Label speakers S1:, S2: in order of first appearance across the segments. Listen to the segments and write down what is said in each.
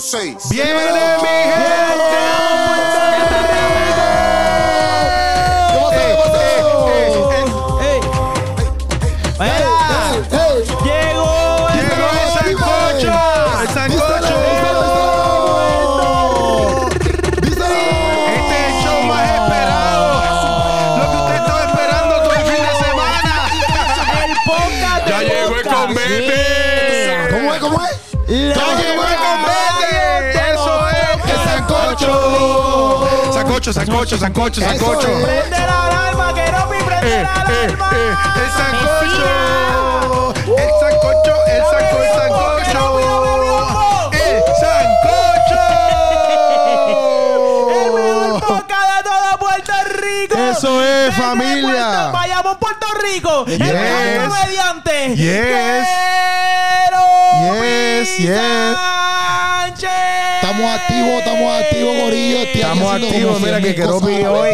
S1: 6.
S2: ¡Viene mi gente!
S1: ¿Cómo está? ¿Cómo está?
S3: ¡Ey! ¡Mira!
S1: ¡Ey!
S3: ¡Llegó el
S2: ¡Llegó el
S3: Sancocho!
S2: sancocho! ¡El sancocho! Este es el show más esperado. Lo que usted estaba esperando todo el fin de semana.
S3: ¡El podcast de
S2: ¡Ya llegó el
S3: podcast!
S2: convete!
S1: ¿Cómo es? ¿Cómo es?
S2: ¡Ya llegó el convete! ¡Eso es! ¡El sancocho! Sancocho, sancocho, sancocho, sancocho.
S1: Eso es.
S3: ¡Prende la alarma, que no prende
S2: Eh,
S3: la
S2: eh,
S3: alarma!
S2: eh, el sancocho. El sancocho, el
S3: No
S2: sancocho, el
S3: me rompo, que
S2: sancocho.
S3: no me rompo.
S2: El sancocho.
S3: ¡El mejor podcast de todo Puerto Rico!
S2: Eso es,
S3: Desde
S2: familia.
S3: Puerto- ¡Vayamos, Puerto Rico! ¡El
S2: Yes.
S3: mejor comediante!
S2: Yes.
S3: ¡Quiero
S2: Yes,
S3: mi
S2: yes.
S3: Sánchez!
S1: Estamos activos, estamos activos, gorillo. Estoy
S2: Estamos
S1: haciendo
S2: activos,
S1: como
S2: mira que
S1: 100.000
S2: Keropi
S1: cosas.
S2: hoy,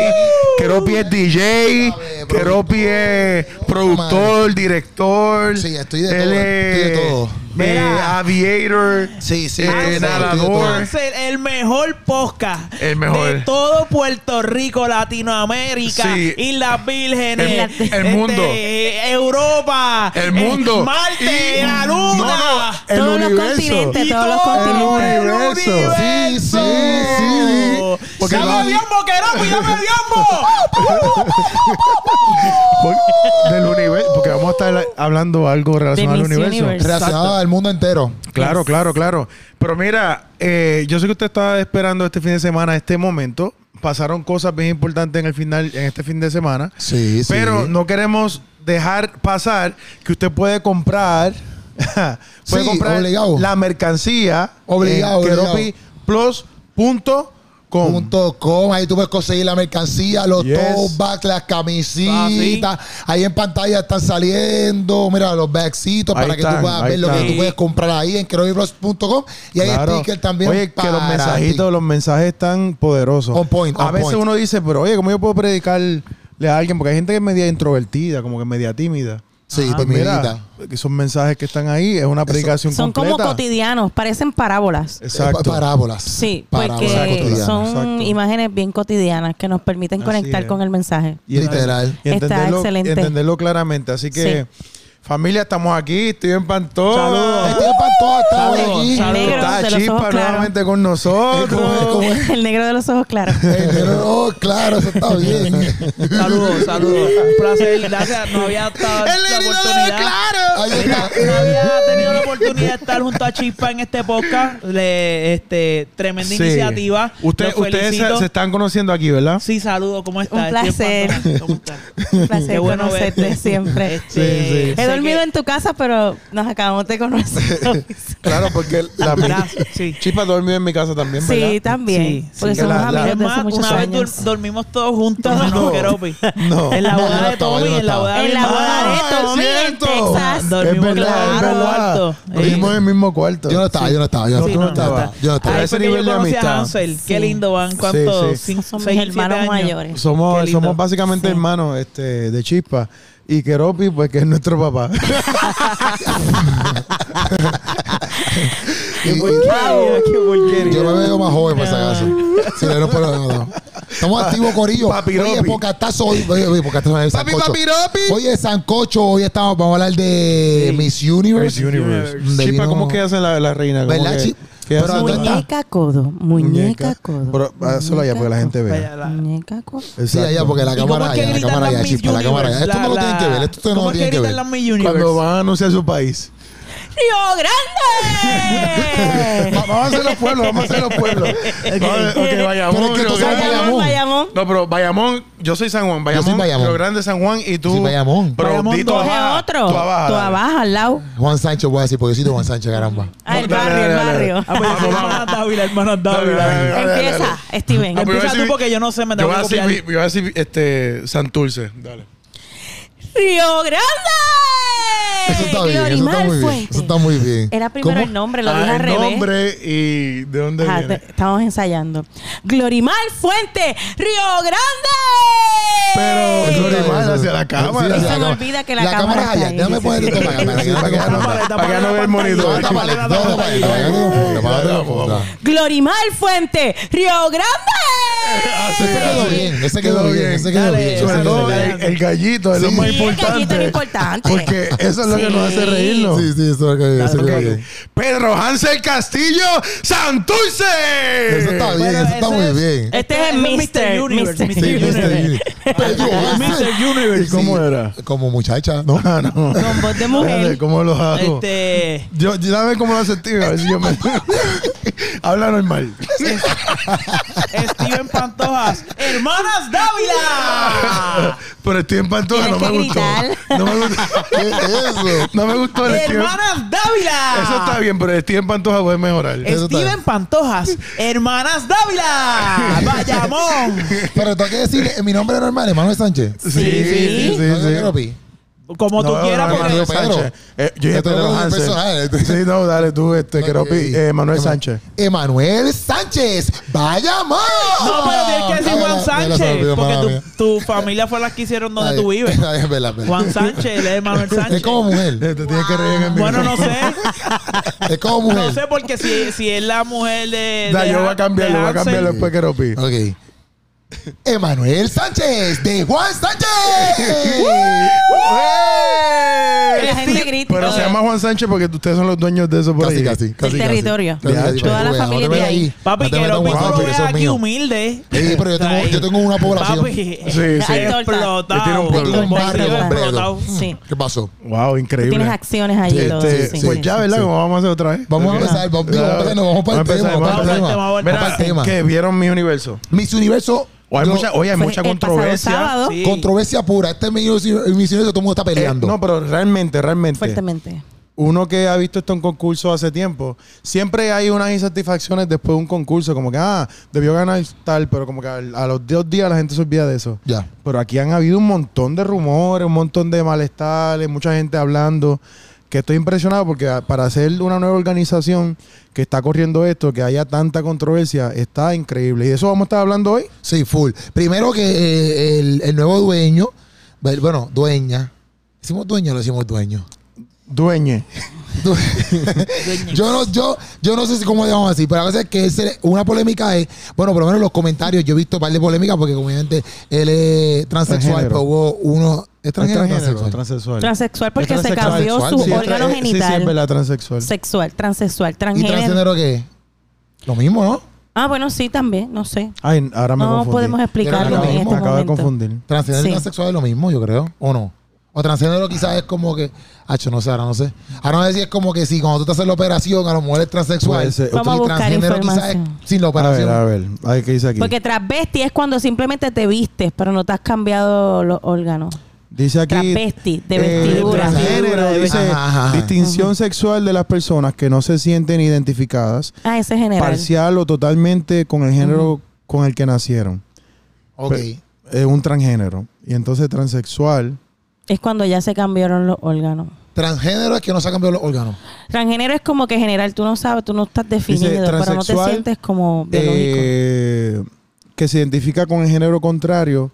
S2: Keropi es DJ, Keropi es productor, director,
S1: Sí, estoy de todo, estoy de todo.
S2: eh,
S3: Mira.
S2: aviator,
S1: Sí, sí,
S2: eh,
S1: estoy de todo, estoy de
S2: nadador,
S1: todo.
S3: Hansel, el mejor podcast
S2: El mejor.
S3: de todo Puerto Rico, Latinoamérica,
S2: Sí.
S3: Islas Vírgenes,
S2: El- el mundo.
S3: eh, Europa,
S2: el mundo,
S3: eh, Marte,
S2: y-
S3: la
S2: no,
S3: Luna,
S2: no, el
S4: Todos los
S2: universo.
S3: y
S4: continentes. todos los
S3: todo
S4: continentes.
S3: el
S2: universo.
S1: Sí, sí,
S3: universo.
S2: sí. Porque
S3: ¡Dame
S2: va-
S3: biombo, Keropi, dame biombo!
S2: Por- del universo, porque vamos a estar hablando algo relacionado al
S4: Miss
S2: universo.
S4: Universe.
S1: Relacionado al mundo entero.
S2: Claro, claro, claro. Pero mira, eh, yo sé que usted estaba esperando este fin de semana, este momento. Pasaron cosas bien importantes en el final, en este fin de semana.
S1: Sí, sí.
S2: Pero no queremos dejar pasar que usted puede comprar, puede
S1: Sí,
S2: comprar
S1: obligado.
S2: la mercancía
S1: Obligado,
S2: en
S1: obligado.
S2: keropiplus.com.
S1: Punto com. Ahí tú puedes conseguir la mercancía, los
S2: Yes.
S1: tote bags, las camisitas. Ahí en pantalla están saliendo. Mira, los bagcitos
S2: Ahí
S1: para que
S2: están,
S1: tú puedas
S2: ahí
S1: ver lo que
S2: están.
S1: tú puedes comprar ahí en queroibros.com. Y hay
S2: Claro.
S1: stickers también.
S2: Oye, que los
S1: para
S2: mensajitos,
S1: ti.
S2: los mensajes están poderosos.
S1: On point,
S2: a
S1: on
S2: veces
S1: point.
S2: uno dice, pero oye, ¿cómo yo puedo predicarle a alguien? Porque hay gente que es media introvertida, como que media tímida.
S1: Sí, pues
S2: Ah, Mira,
S1: mira.
S2: que son mensajes que están ahí, es una predicación
S4: Son como
S2: completa.
S4: cotidianos, parecen parábolas.
S2: Exacto.
S1: Parábolas.
S4: Sí,
S1: Parábolas
S4: porque
S2: Eh, cotidianas,
S4: son
S2: exacto.
S4: imágenes bien cotidianas que nos permiten
S2: Así
S4: conectar
S2: es.
S4: con el mensaje.
S2: Y ent-
S1: Literal.
S2: Y entenderlo,
S4: Está excelente.
S2: y entenderlo claramente. Así que, familia, estamos aquí. Estoy en Pantón.
S3: Saludos.
S1: Este es para todas, está aquí.
S4: Saludos. Negro
S2: Está
S4: de los
S2: Chispa
S4: ojos claros.
S2: nuevamente con
S1: ¿Cómo es?
S2: nosotros.
S1: ¿Cómo es?
S4: El negro de los ojos claros.
S1: Ey, pero, oh, claro, eso está bien.
S3: Saludos, saludos. Un placer, gracias. No había estado la oportunidad.
S1: Ahí está.
S3: No había tenido la oportunidad de estar junto a Chispa en este podcast. Le- este, tremenda
S2: Sí.
S3: iniciativa.
S2: Usted-
S3: Los
S2: ustedes se,
S3: felicito.
S2: se están conociendo aquí, ¿verdad?
S3: Sí, saludos, ¿cómo estás?
S4: Un placer.
S3: Estoy en Panamá. ¿Cómo estás?
S4: Un placer
S3: Qué bueno
S4: conocerte
S3: verte.
S4: siempre.
S3: Este,
S2: Sí, sí.
S3: sé
S4: He dormido
S3: que-
S4: en tu casa, pero nos acabamos de conocer.
S2: Claro, porque la
S3: Gracias, sí.
S2: Chispa dormido en mi casa también, ¿verdad?
S4: sí, también.
S3: Sí, sí.
S4: porque
S2: Que
S4: somos
S2: la- la-
S4: amigos
S3: Es
S4: de hace
S3: más,
S4: muchos
S3: una vez
S4: años.
S3: dur- dormimos todos juntos en
S2: No.
S3: Keropi.
S2: No.
S3: En la
S1: No,
S3: boda
S1: yo no
S3: de
S1: estaba, yo
S3: Tommy,
S1: no
S3: en la
S1: estaba.
S3: boda de
S4: En la
S3: mi
S4: boda
S3: mamá.
S2: Ah,
S4: de
S2: es
S4: Tommy en
S2: cierto.
S4: Texas.
S3: Ah, dormimos
S2: es verdad, es
S3: claro,
S2: verdad.
S3: cuarto.
S2: Dormimos en el mismo cuarto.
S1: Yo no estaba, yo no estaba, yo no
S2: Sí,
S1: estaba.
S2: no, no estaba.
S1: Yo no
S2: Pero
S3: Ahí
S1: estaba.
S2: ese
S3: fue que
S2: nivel
S3: yo
S2: de
S3: conocí
S2: amistad.
S3: a Hansel.
S4: Sí.
S3: Qué lindo van.
S2: Sí,
S3: ¿Cuántos?
S2: sí.
S3: Cin-
S4: Son mis
S3: seis,
S4: hermanos
S3: siete años.
S4: mayores.
S3: Qué
S2: Somos,
S3: lindo.
S2: somos básicamente
S4: Sí.
S2: hermanos este, de chispa. Y Keropi, pues que es nuestro papá.
S1: Y-
S3: Ay, qué porquería.
S1: Yo me veo más joven, por si acaso. Sí, no, no, no, no. Estamos activos, Corillo.
S2: Papi
S1: oye,
S2: Ropi.
S1: Pocatazo hoy. Oye, oye, Pocatazo es el
S2: Papi,
S1: sancocho.
S2: papi, Ropi.
S1: Oye, Sancocho, hoy estamos, vamos a hablar de
S3: Sí.
S1: Miss Universe.
S2: Universe.
S1: Donde
S2: Chispa,
S1: vino-
S2: ¿cómo es que hace la, la reina? ¿Cómo
S1: ¿Verdad,
S2: que-
S1: Chip?
S2: que
S1: Pero
S2: hace-
S1: ¿dónde está?
S4: Muñeca codo, muñeca codo.
S2: Pero ah, solo allá,
S4: muñeca
S2: porque la gente
S3: Vaya
S2: vea.
S4: Mm.
S3: la-
S4: Muñeca codo.
S1: Sí, allá, porque la
S3: ¿Y cómo
S1: cámara
S3: es que
S1: allá, la
S3: gritan
S1: cámara
S3: las
S1: allá,
S3: Miss
S1: chispa, la cámara allá.
S3: Universe?
S1: Esto no lo
S3: La-
S1: tienen que ver, esto ustedes no
S3: ¿Cómo
S1: lo
S3: es que
S1: tienen que
S3: gritan
S1: ver.
S3: las Miss Universe?
S2: Cuando van a anunciar su país.
S4: ¡Río Grande!
S2: Va- vamos a hacer los pueblos, vamos a hacer los pueblos. Vamos a- ok, Bayamón.
S1: Pero es que tú
S2: Río
S1: sabes
S2: Grande.
S1: Bayamón.
S4: Bayamón, Bayamón.
S2: No, pero Bayamón, yo soy San Juan. Bayamón,
S1: soy Bayamón.
S2: Río Grande, San Juan y tú.
S1: Sí, Bayamón.
S2: Pero
S3: Bayamón
S2: di tú
S3: dos.
S4: Coge
S2: abajo,
S4: otro.
S2: Tú abajo.
S4: Tú
S2: dale.
S4: abajo, al lado.
S1: Juan Sánchez, voy a decir, porque yo soy de Juan Sánchez, caramba.
S4: Ah, el
S2: Dale,
S4: barrio, el
S2: dale, dale.
S4: barrio.
S3: Ah, pues,
S2: Vamos, vamos.
S3: hermanas Dávila, hermanas
S2: Dale, dale,
S3: Dávila.
S2: dale, dale, dale.
S4: Empieza, Steven.
S2: Ah, pero yo voy a
S3: Empieza tú
S2: decir-
S3: porque yo no sé, me
S2: Yo
S3: tengo
S2: voy a
S3: que
S2: decir,
S3: copiar.
S2: yo voy a decir este, Santurce. Dale.
S4: Río
S1: Eso está
S4: Grande.
S1: bien, eso está
S4: Glorimar
S1: muy bien.
S4: Fuentes.
S1: Eso está muy bien.
S4: Era primero
S1: ¿Cómo?
S4: el nombre, lo
S2: Ah,
S4: dije al
S2: el
S4: revés.
S2: nombre y de dónde
S4: Ajá,
S2: viene.
S4: te- estamos ensayando. Glorimar Fuente, Río Grande.
S2: Pero
S1: Eso
S2: Gloria
S1: está
S2: Mal
S1: bien,
S2: hacia la
S1: eso-
S2: cámara.
S1: sí, hacia
S4: Se
S1: la
S4: me
S1: cámara.
S4: olvida que la cámara
S1: cámara es
S4: está
S1: allá.
S4: ahí,
S1: Déjame
S4: sí,
S1: ponerte
S4: sí,
S1: esto
S4: sí.
S1: para cámara, que la cámara no-
S3: Tápale,
S2: Para que no vea el
S3: tápale la
S1: No,
S2: monitor.
S3: pantalla. Tápale
S1: tápale, no,
S3: la
S1: tápale,
S3: pantalla.
S1: tápale, tápale,
S2: Vamos,
S1: tápale.
S4: Glorimar Fuente, Río Grande.
S2: Así,
S1: Ese quedó
S2: así.
S1: bien, ese quedó bien, ese quedó
S3: Dale,
S1: bien.
S3: eso
S1: ese
S2: Sobre
S3: es
S1: quedó
S2: todo
S1: bien.
S3: verdad.
S2: el, el gallito es lo
S1: Sí.
S2: más
S1: El
S4: gallito
S2: importante.
S4: es importante.
S2: Porque eso es lo que
S4: Sí.
S2: nos hace reírnos.
S1: Sí, sí, eso es lo
S2: Ok.
S1: que bien.
S2: Pedro Hansel Castillo Santurce.
S1: Eso está bien,
S3: Pero
S1: eso está
S3: ese
S1: muy
S3: es-
S1: bien.
S4: Este es
S3: Este
S4: Mr. Universe.
S1: Sí,
S3: Mr.
S1: Mr.
S3: Universe.
S1: Universe. Pedro Hansel.
S2: Mr. Universe. ¿Cómo
S1: Sí,
S2: era?
S1: Como muchacha, ¿no?
S2: Ah, no.
S4: Con voz de
S2: Espérate,
S4: mujer.
S2: ¿Cómo lo hago?
S3: Este.
S2: Yo, yo- dame cómo lo hace Steve, a ver si yo me. Habla normal.
S3: Steven Pantojas. Hermanas Dávila.
S2: Pero Steven Pantoja no
S4: Tienes
S2: me
S4: que
S2: gustó.
S4: gritar.
S2: No me gustó.
S1: ¿Qué es eso?
S2: No me gustó el Steven.
S3: Hermanas Dávila.
S2: Eso está bien, pero el Steven Pantoja puede mejorar.
S1: Eso está
S3: Steven
S1: bien.
S3: Pantojas, Hermanas Dávila, Bayamón.
S1: Pero tengo que decir, eh, mi nombre normal es Manuel Sánchez.
S2: Sí, sí, sí,
S1: No, no,
S2: sí.
S1: no, no, pi.
S3: Como tú
S2: No,
S3: quieras,
S2: no, no,
S3: porque
S2: Manuel
S1: Pedro.
S2: Sánchez. Eh, yo dije
S1: Este
S2: Pedro
S1: es un
S2: Hansel.
S1: personaje.
S2: Sí, no, dale tú, este, quiero
S1: Ok.
S2: pi- eh, Manuel Sánchez.
S1: Emanuel Sánchez. Vaya más.
S3: No, pero tienes que decir
S1: Ah,
S3: Juan
S1: me la- me la
S3: Sánchez,
S1: olvidó, mala
S3: porque
S1: mía.
S3: tu, tu familia fue las que hicieron donde
S1: Ay,
S3: tú vives.
S1: ay, es verdad, es verdad.
S3: Juan Sánchez, él es Manuel
S1: Es
S3: Sánchez.
S1: como mujer.
S2: Eh, Te tienes que reír en el
S3: Bueno, no sé,
S1: Es como
S3: no sé
S1: mujer.
S3: porque si, si es la mujer de.
S2: Da,
S3: de
S2: yo voy
S3: Han-
S2: a cambiarlo,
S3: de
S2: voy a
S3: Hansen,
S2: cambiarlo después, quiero pi.
S1: Ok. Emanuel Sánchez de Juan Sánchez.
S4: Que la gente
S2: Steve-
S4: grite.
S2: Pero se llama Juan Sánchez porque ustedes son los dueños de eso por
S1: Casi,
S2: ahí.
S1: casi, casi.
S4: territorio. Toda la familia de ahí.
S3: Papi, que lo mismo
S1: mismo
S3: lo veas aquí humilde.
S1: Sí, pero yo tengo,
S3: Ahí.
S1: yo tengo una población.
S3: Papi,
S2: Sí, sí.
S4: Hay torta.
S2: Le tiene un
S3: explotado.
S2: problema.
S1: Tengo un barrio
S4: Torta.
S1: completo.
S4: Sí.
S1: ¿Qué pasó?
S2: Wow, increíble.
S4: Tienes acciones allí.
S2: Este,
S4: todo, sí, sí,
S2: pues
S4: sí.
S2: ya, ¿verdad? ¿Cómo vamos a hacer otra vez?
S1: Vamos a
S2: Ok.
S1: empezar, vamos, digo,
S2: Ya.
S1: vamos, nos vamos para el tema,
S2: empezar,
S1: vamos para
S3: vamos
S1: el tema.
S3: al tema,
S1: Vamos para el tema.
S2: Mira, que vieron mi universo.
S1: Mis Universo,
S2: O hay
S1: yo-
S2: mucha, oye, hay
S4: Fue
S2: mucha
S4: el pasado
S2: controversia.
S4: sábado,
S3: Sí.
S1: controversia pura. Este es mi universo, Miss Universo, todo el mundo está
S2: Eh,
S1: peleando.
S2: no, pero realmente, realmente.
S4: Fuertemente.
S2: Uno que ha visto esto en concurso hace tiempo, siempre hay unas insatisfacciones después de un concurso, como que, ah, debió ganar tal, pero como que al- a, los dos días la gente se olvida de eso.
S1: Ya.
S2: Pero aquí han habido un montón de rumores, un montón de malestares, mucha gente hablando. Que estoy impresionado porque ah, para hacer una nueva organización que está corriendo esto, que haya tanta controversia, está increíble. Y de eso vamos a estar hablando hoy.
S1: Sí, full. Primero que eh, el, el nuevo dueño, bel- bueno, dueña. ¿Hicimos dueño o lo hicimos dueño?
S2: Dueñe.
S1: Du- yo no, yo, yo no sé si cómo le vamos a decir, pero a veces que ese- una polémica es, bueno, por lo menos en los comentarios, yo he visto un par de polémicas porque obviamente él es transexual,
S2: Transgénero.
S1: pero hubo uno. ¿Es transgénero o
S2: Transexual. Transexual.
S1: transexual?
S4: Transexual porque
S2: Es
S4: se
S2: transexual.
S4: cambió
S1: Sexual,
S4: su
S1: sí,
S2: es
S4: órgano
S2: tra- eh, Sí, sí, es
S4: genital.
S2: verdad, transexual.
S4: Sexual, transexual,
S1: ¿Y
S4: transgénero.
S1: transgénero qué? es? Lo mismo, ¿no?
S4: Ah, bueno, sí, también, no sé.
S2: Ay, ahora Ah, me
S4: No
S2: confundí.
S4: podemos
S1: Yo
S4: explicarlo
S1: creo que
S4: en
S1: lo
S4: este
S1: mismo,
S2: me acabo de
S4: momento.
S2: confundir.
S1: Transgénero
S4: Sí.
S1: y transexual es lo mismo, yo creo, ¿o no? O transgénero quizás es como que. Hacho, no sé, ahora no sé. Ahora no sé si es como que si cuando tú te haces la operación, a lo mejor es transexual.
S2: Puede ser.
S1: O
S4: Vamos a
S1: y
S4: buscar
S1: transgénero quizás es
S4: información.
S1: sin la
S2: A ver,
S1: operación.
S2: a ver. Ay, ¿Qué dice aquí?
S4: Porque transvesti es cuando simplemente te vistes, pero no te has cambiado los órganos.
S2: dice aquí.
S4: Travesti, de vestidura.
S2: transgénero,
S3: Vestidura, de
S2: dice
S1: vestidura. Ajá, ajá.
S2: distinción sexual de las personas que no se sienten identificadas,
S4: Ah, ese es general.
S2: parcial o totalmente con el género con el que nacieron.
S1: Ok.
S2: Es un transgénero. Y entonces transexual.
S4: Es cuando ya se cambiaron los órganos.
S1: Transgénero es que no se ha cambiado los órganos.
S4: Transgénero es como que general, tú no sabes, tú no estás
S2: Dice
S4: definido, pero no te
S2: transexual,
S4: sientes como biológico.
S2: eh, que se identifica con el género contrario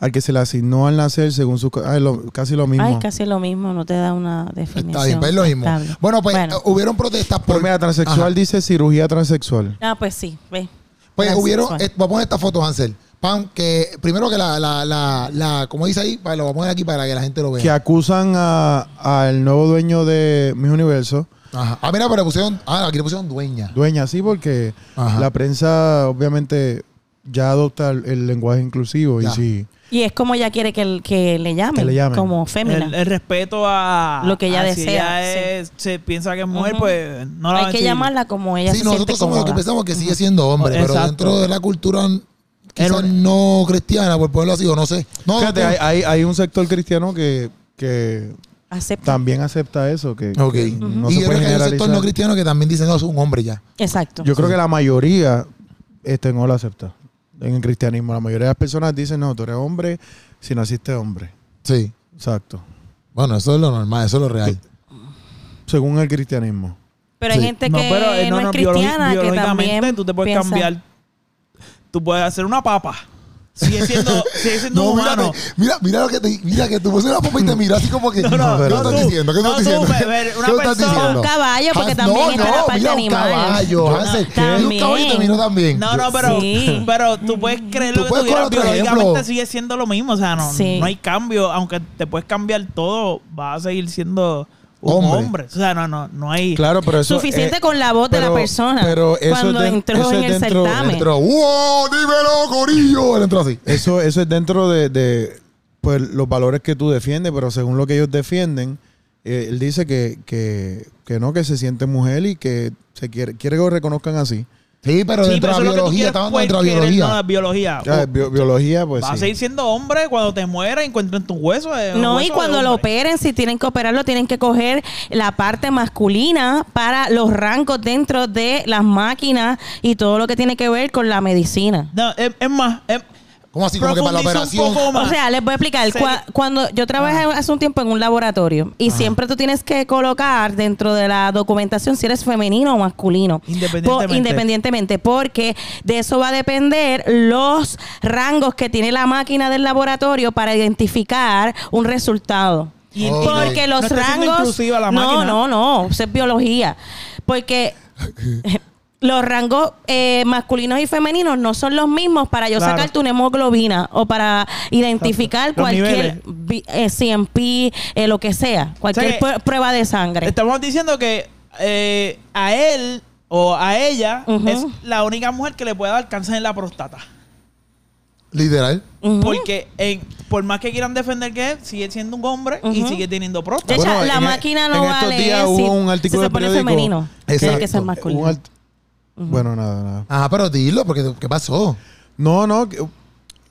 S2: al que se le asignó al nacer según su... Ay, lo- casi lo mismo.
S4: Ay, casi lo mismo, no te da una definición.
S1: Está bien, pero es lo mismo.
S4: estable.
S1: Bueno, pues
S4: Bueno.
S1: eh,
S2: uh,
S1: hubieron protestas
S2: Pero
S1: por.
S2: mira, transexual
S1: Ajá.
S2: dice cirugía transexual.
S4: Ah, pues sí, ve.
S1: Pues
S4: Transexual.
S1: hubieron. eh, voy a poner esta foto, Hansel. Pam, que primero que la, la, la, la como dice ahí, pa- lo voy a poner aquí para que la gente lo
S2: Que
S1: vea.
S2: acusan a- al nuevo dueño de Mis Universo,
S1: Ajá. Ah, mira, pero le pusieron, ah, aquí le pusieron dueña.
S2: dueña, sí, porque
S1: Ajá.
S2: la prensa obviamente ya adopta el, el lenguaje inclusivo
S1: Ya.
S2: y sí,
S4: Y es como ella quiere que, el- que le llamen,
S2: Que le llamen.
S4: como fémina.
S3: El, eh, el respeto a
S4: Lo que ella
S3: a Si
S4: desea,
S3: ella
S4: sí.
S3: es- se piensa que es mujer,
S4: Ujú.
S3: pues no la
S4: Hay
S3: van a
S4: que
S3: exhibir.
S4: llamarla como ella
S1: sí,
S4: se siente
S1: nosotros somos los que
S4: cómoda.
S1: pensamos que sigue siendo hombre, pero
S3: Exacto.
S1: dentro de la cultura quizás
S3: El-
S1: no cristiana, por ponerlo así, o no sé. No,
S2: Fíjate,
S1: no.
S2: hay, hay- hay un sector cristiano que, que
S4: Acepta.
S2: también acepta eso, que, que
S1: Ok.
S2: no
S1: y
S2: se
S1: yo creo
S2: puede
S1: que hay un sector
S2: generalizar.
S1: no cristiano que también dice, no, es un hombre ya.
S4: Exacto.
S2: Yo creo que la mayoría este, no lo acepta. En el cristianismo, la mayoría de las personas dicen, no, tú eres hombre si naciste hombre.
S1: Sí.
S2: Exacto.
S1: Bueno, eso es lo normal, eso es lo real.
S2: Según el cristianismo.
S4: Pero hay
S1: Sí.
S4: gente que
S3: No,
S4: no,
S3: pero eh, no,
S4: es
S3: no, biolo-
S4: cristiana que
S3: biológicamente
S4: también
S3: tú te puedes
S4: piensa-
S3: cambiar. Tú puedes hacer una papa. Sigue siendo, sigue siendo humano.
S1: mírate, mira, mira lo que te, mira que tú pusiste la popa y te miró así como que.
S3: No, no,
S1: ¿Qué
S3: no
S1: estás
S3: tú,
S1: diciendo? ¿Qué
S3: no
S1: estás
S3: tú,
S1: diciendo?
S3: pero una
S1: ¿Qué estás
S3: persona-
S1: diciendo?
S4: Un caballo, porque
S1: Ah,
S4: también
S1: no,
S4: está
S1: no,
S4: la parte
S1: mira,
S4: animal.
S1: Un caballo, Hansel. Y un
S4: también.
S1: caballo te miró también.
S3: No, no, pero,
S4: Sí.
S3: pero tú puedes creer
S1: Tú
S3: lo que
S1: puedes
S3: tú quieras,
S1: coger otro
S3: biológicamente
S1: ejemplo.
S3: sigue siendo lo mismo. O sea, no,
S4: Sí.
S3: no hay cambio. Aunque te puedes cambiar todo, vas a seguir siendo un hombre.
S2: Hombre.
S3: O sea, no, no, no hay.
S2: Claro, pero eso.
S4: Suficiente
S2: eh,
S4: con la voz de la
S2: pero-
S4: persona
S2: Pero eso
S4: cuando
S2: es den-
S4: entró
S2: eso
S4: en
S2: es
S4: el
S2: dentro-
S4: certamen.
S1: Entró, ¡wow! ¡Dímelo, Corillo! Él entró así.
S2: Eso, eso es dentro de, de, pues, los valores que tú defiendes, pero según lo que ellos defienden, eh, él dice que, que, que no, que se siente mujer y que se quiere, quiere que lo reconozcan así.
S1: Sí, pero
S3: Sí,
S1: dentro de
S3: eso es
S1: la
S3: lo que tú
S1: biología,
S3: quieres,
S1: estaban
S3: puedes
S1: dentro de la
S3: querer, no,
S1: biología.
S3: la biología.
S2: Ya, bio- biología, pues
S3: vas Oh. a
S2: sí.
S3: seguir siendo hombre cuando te mueras encuentren tus huesos. eh,
S4: No, y
S3: huesos de
S4: cuando lo
S3: hombre.
S4: operen, si tienen que operarlo, tienen que coger la parte masculina para los rangos dentro de las máquinas y todo lo que tiene que ver con la medicina.
S3: No, es, es más. Es,
S1: ¿Cómo así? Como que para la
S3: profundiza un
S1: operación.
S3: poco más.
S4: O sea, les voy a explicar.
S3: Sería-
S4: Cua- Cuando yo trabajé hace un tiempo en un laboratorio y siempre tú tienes que colocar dentro de la documentación si eres femenino o masculino.
S3: Independientemente.
S4: Po- independientemente, porque de eso va a depender los rangos que tiene la máquina del laboratorio para identificar un resultado.
S3: Y-
S1: Ok.
S4: Oh, Porque los
S3: No está siendo
S4: rangos.
S3: inclusiva la
S4: no,
S3: máquina.
S4: no, no. Eso es biología. Porque los rangos eh, masculinos y femeninos no son los mismos para yo
S3: Claro.
S4: sacarte una hemoglobina o para identificar
S3: Los
S4: cualquier vi- eh, CMP, eh, lo que sea. Cualquier
S3: que-
S4: pr- prueba de sangre.
S3: Estamos diciendo que eh, a él o a ella
S4: Ujú.
S3: es la única mujer que le puede dar cáncer en la próstata.
S1: Literal.
S4: Ujú.
S3: Porque en- por más que quieran defender que es, sigue siendo un hombre y
S4: Ujú.
S3: sigue teniendo
S4: De
S3: próstata.
S4: hecho,
S2: Bueno,
S4: la
S2: en- e-,
S4: máquina no
S2: en estos
S4: vale
S2: días
S4: si-
S2: hubo un
S4: si
S2: artículo
S4: se
S2: de
S4: pone
S2: periódico.
S4: femenino. Tiene que ser
S2: Exacto.
S4: masculino.
S2: Un art- Bueno, nada, nada.
S1: Ajá, pero dilo, porque ¿qué pasó?
S2: No, no. que-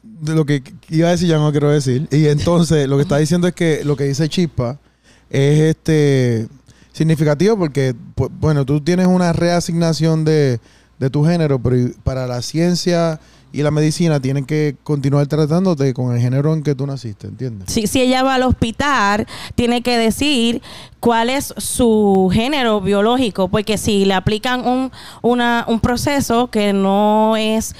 S2: de lo que iba a decir ya no quiero decir. Y entonces lo que está diciendo es que lo que dice Chispa es este significativo porque, pu- bueno, tú tienes una reasignación de, de tu género, pero y- para la ciencia y la medicina tienen que continuar tratándote con el género en que tú naciste, ¿entiendes?
S4: Si, si ella va al hospital, tiene que decir cuál es su género biológico, porque si le aplican un, una- un proceso que no es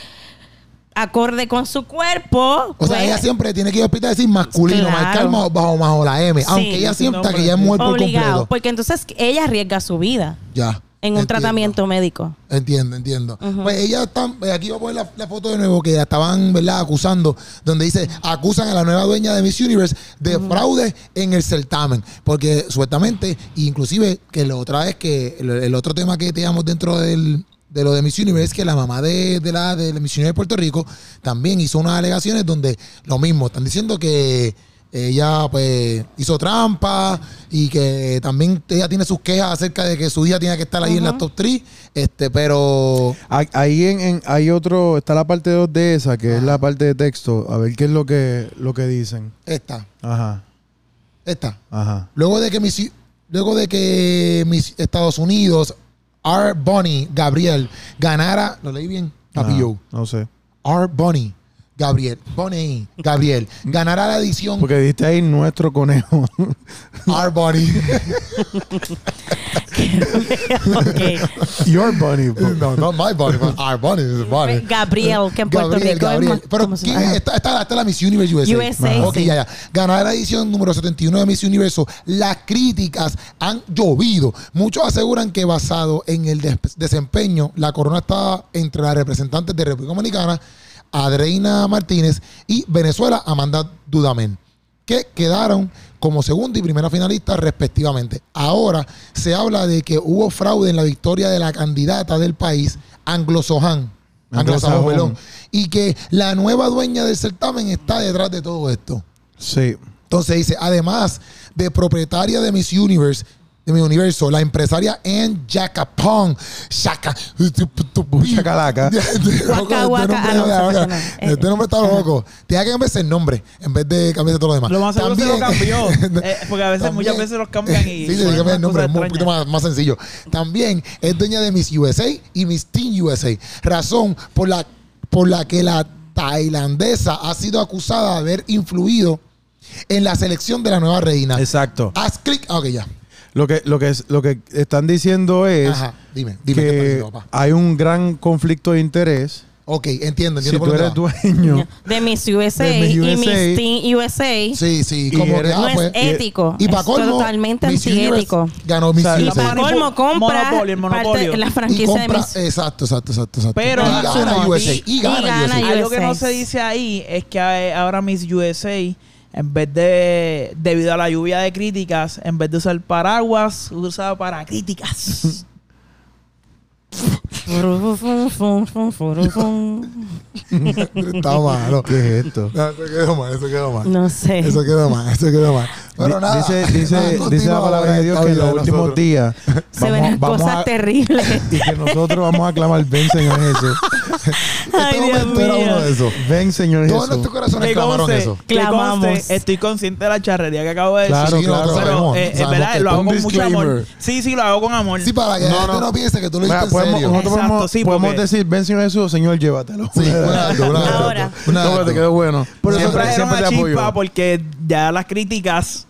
S4: acorde con su cuerpo,
S1: O sea,
S4: pues,
S1: ella siempre tiene que ir al hospital y decir masculino,
S4: Claro.
S1: marcar bajo, bajo, bajo la M.
S4: Sí,
S1: aunque ella
S3: sí,
S1: sienta
S3: no, pues.
S1: que ya es mujer por
S4: obligado,
S1: completo.
S4: porque entonces ella arriesga su vida
S1: Ya.
S4: en un
S1: entiendo.
S4: tratamiento médico.
S1: Entiendo, entiendo. Pues ella está, eh, aquí voy a poner la, la foto de nuevo que la estaban, ¿verdad? Acusando, donde dice, acusan a la nueva dueña de Miss Universe de fraude en el certamen, porque supuestamente, inclusive, que la otra vez que, el, el otro tema que teníamos dentro del, de lo de Miss Universe, que la mamá de, de la, de la Miss Universe de Puerto Rico también hizo unas alegaciones donde lo mismo, están diciendo que ella pues hizo trampa y que también ella tiene sus quejas acerca de que su hija tiene que estar ahí en la top 3, este, pero
S2: Ahí- Ahí en, en- hay otro, está la parte 2 de esa, que es la parte de texto, a ver qué es lo que, lo que dicen.
S1: esta,
S2: Ajá,
S1: esta.
S2: ajá.
S1: Luego de que mis, luego de que mis Estados Unidos R. Bunny Gabriel ganara, lo leí bien,
S2: Ajá,
S1: Papillo.
S2: no sé.
S1: R. Bunny Gabriel, Bunny Gabriel ganara la edición
S2: Porque diste ahí nuestro conejo.
S1: R. Bunny.
S4: Ok.
S2: Your bunny. po.
S1: no, no my Bunny, but R. Bunny is Bunny.
S4: Pues, Gabriel, que en Puerto
S1: Gabriel,
S4: Rico es
S1: Gabriel.
S4: más-
S1: Pero
S4: ¿cómo se
S1: ¿quién
S4: llama?
S1: es? este Está, está- está la Miss Universe USA.
S4: USA,
S1: Ok,
S4: sí.
S1: ya, ya. Ganada la edición número 71 de Miss Universo, las críticas han llovido. Muchos aseguran que basado en el des- desempeño, la corona está entre las representantes de República Dominicana, Adreina Martínez, y Venezuela, Amanda Dudamén que quedaron como segunda y primera finalista respectivamente. Ahora se habla de que hubo fraude en la victoria de la candidata del país, anglosajón, anglosajón,
S2: Anglosajón.
S1: perdón, y que la nueva dueña del certamen está detrás de todo esto.
S2: Sí.
S1: Entonces dice, además de propietaria de Miss Universe, de mi universo, la empresaria Ann Jacapong, Shaka,
S2: Chacalaca.
S4: Guaca, guaca. Ah, no, eso no. Eh,
S1: Este nombre está loco. Tiene que cambiarse el nombre en vez de cambiarse todo lo demás.
S3: Lo más seguro se lo cambió. Eh, porque a veces, muchas veces los cambian y
S1: Sí, se
S3: ponen
S1: cambia el nombre,
S3: unas
S1: es un
S3: cosas
S1: poquito más, más sencillo. También es dueña de Miss USA y Miss Teen USA. Razón por la, por la que la tailandesa ha sido acusada de haber influido en la selección de la nueva reina.
S2: Exacto.
S1: Haz clic. Ah, ok, ya.
S2: Lo que, lo que, es- lo que están diciendo es
S1: Ajá. Dime, dime qué
S2: que
S1: pasó, papá.
S2: hay un gran conflicto de interés.
S1: Ok, entiendo, entiendo
S2: Si
S1: por
S2: tú
S1: dónde
S2: eres
S1: va.
S2: dueño,
S4: de Miss USA,
S2: De Miss
S4: y
S2: USA.
S4: Miss Teen USA.
S1: Sí,
S2: Y
S1: sí, como que
S2: eres-
S1: ah,
S4: no
S1: pues.
S4: es ético.
S1: Y para
S4: es
S1: colmo,
S4: totalmente
S1: Miss Universe
S4: antiético.
S1: Ganó Miss
S2: O sea,
S1: Universe.
S4: Y para
S3: Monopolio,
S4: colmo compra
S3: monopolio, el monopolio.
S4: parte de la
S1: y
S4: franquicia de
S1: compra, eh,
S4: Miss
S1: exacto, exacto, exacto, exacto.
S3: Pero,
S1: y gana
S3: Natsuno,
S1: USA.
S3: y-
S1: Y gana,
S4: y gana
S1: USA.
S3: Algo que no
S4: USA.
S3: se dice ahí es que eh, ahora Miss USA, en vez de, debido a la lluvia de críticas, en vez de usar paraguas, usa para críticas.
S4: Furu, fun, fun, fun, furu, fun.
S1: Está malo.
S2: ¿qué es esto?
S1: No, eso quedó mal, eso quedó mal.
S4: No sé.
S1: Eso quedó mal, eso quedó mal. Pero
S2: Di-
S1: nada.
S2: dice, dice,
S1: nada,
S2: dice la
S1: continúa
S2: palabra de Dios
S1: esta
S2: que en
S1: vida
S2: los
S1: de
S2: últimos
S1: nosotros.
S2: días
S4: Se ven cosas
S2: a- Este
S4: terribles.
S2: y que nosotros vamos a clamar, ven Señor Jesús,
S4: Ay,
S1: Este
S4: Dios
S1: momento era uno de
S4: mío.
S1: esos.
S2: ven Señor
S1: Todos nuestros
S2: Jesús.
S1: corazones
S3: Que
S1: clamaron
S3: conste-
S1: eso.
S3: que
S4: Clamamos.
S3: conste, estoy consciente de la charrería que acabo de decir.
S2: Claro,
S1: Sí, sí,
S2: claro.
S1: nosotros
S3: Pero,
S1: sabemos,
S3: eh, es
S1: sabemos
S3: verdad,
S1: que
S3: lo hago
S1: un
S3: con mucho amor.
S1: disclaimer.
S3: Sí, sí, lo hago con amor.
S1: Sí, para que la
S2: No,
S1: gente
S2: no.
S1: no piense que tú lo
S2: Mira, pues,
S1: dijiste en
S2: podemos,
S1: serio.
S2: nosotros
S3: Exacto,
S2: podemos,
S3: sí,
S2: podemos
S3: porque-
S2: decir, ven Señor Jesús, Señor, llévatelo.
S1: Sí, una de una de
S4: Ahora.
S1: una de
S2: No, te
S1: dos.
S2: quedó bueno.
S3: Por eso
S2: Siempre-
S3: trajeron
S2: siempre
S3: a
S2: te apoyo.
S3: Chispa, porque ya las críticas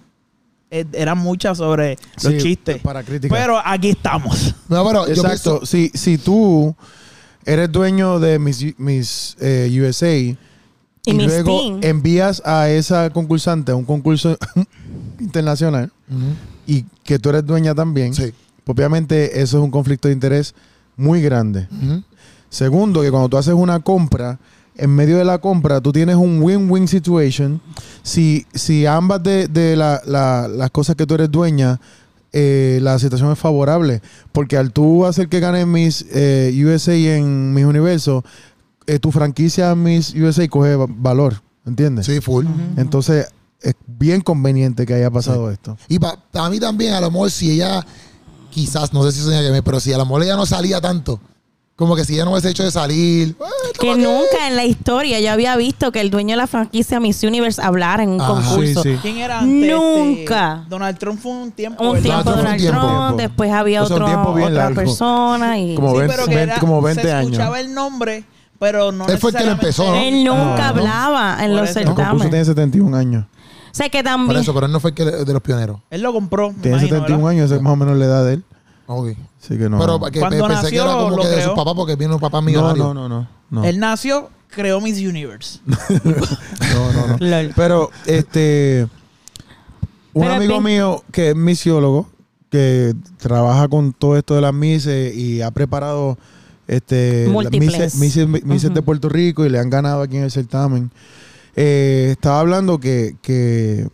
S3: eh, eran muchas sobre los
S2: Sí,
S3: chistes.
S2: para críticas.
S3: Pero aquí estamos.
S1: No, pero yo
S2: Exacto.
S1: pienso...
S2: Si, si tú eres dueño de Miss, Miss, eh, USA y,
S4: Y Miss
S2: luego
S4: Teen.
S2: envías a esa concursante a un concurso internacional
S1: Ujú.
S2: y que tú eres dueña también,
S1: Sí.
S2: pues obviamente eso es un conflicto de interés muy grande.
S1: Ujú.
S2: Segundo, que cuando tú haces una compra, en medio de la compra tú tienes un win-win situation. Si, si ambas de, de la- la- las cosas que tú eres dueña, eh, la situación es favorable. Porque al tú hacer que gane Miss eh, USA en Miss Universo, eh, tu franquicia Miss USA coge va- valor, ¿entiendes?
S1: Sí, full.
S2: Entonces, es bien conveniente que haya pasado esto.
S1: Y para mí también, a lo mejor, si ella, quizás, no sé si soñaba que me, pero si a lo mejor ella no salía tanto, como que si ella no hubiese hecho de salir, eh,
S4: que nunca en la historia yo había visto que el dueño de la franquicia Miss Universe hablara en un
S1: Ajá.
S4: concurso.
S2: Sí, sí.
S3: ¿Quién era antes?
S4: Nunca.
S3: Este, Donald Trump fue Pues, un tiempo.
S4: Un
S3: ¿verdad?
S4: tiempo
S1: Trump,
S4: Donald
S1: un tiempo.
S4: Trump, después había
S2: O sea, un
S4: otro-
S2: tiempo bien
S4: otra
S2: largo.
S4: persona y
S2: Como
S3: Sí,
S2: 20,
S3: pero que era-
S2: como 20
S3: se
S2: años.
S3: escuchaba el nombre, pero no
S1: Él fue el que lo
S3: necesariamente-
S1: empezó, ¿no?
S4: él nunca
S2: Ah, no.
S4: hablaba en
S3: Por
S4: los
S3: eso.
S2: El concurso
S4: certámenes.
S2: tiene 71 años.
S4: O sea que
S1: por
S4: también
S1: eso, pero él no fue el que le- de los pioneros.
S3: Él lo compró. me
S2: Tiene
S3: imagino,
S2: 71
S3: ¿verdad?
S2: años, esa es más o menos la edad de él.
S1: Ok.
S2: Así que no.
S1: Pero pa- que
S3: Cuando
S1: pe- pensé que
S3: nació,
S1: era como
S3: lo
S1: que de sus
S3: creó.
S1: papás, porque vino un papá
S2: no,
S1: millonario.
S2: no, no, no, no.
S3: Él nació, creó Miss Universe.
S2: No, no, no.
S4: Lol.
S2: Pero, este. Un
S4: Pero
S2: amigo
S4: ven-
S2: mío que es misiólogo, que trabaja con todo esto de las mises y ha preparado este, las
S4: Múltiples.
S2: mises, mises- mises
S4: Ujú.
S2: de Puerto Rico y le han ganado aquí en el certamen. Eh, estaba hablando que, que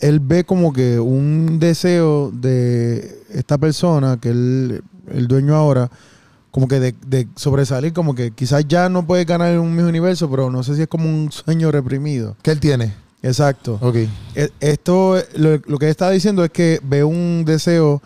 S2: él ve como que un deseo de esta persona, que él, el dueño ahora, como que de, de sobresalir, como que quizás ya no puede ganar en un mismo universo, pero no sé si es como un sueño reprimido.
S1: ¿Qué él tiene?
S2: Exacto.
S1: Ok.
S2: E- Esto, eh, lo, lo que está diciendo es que ve un deseo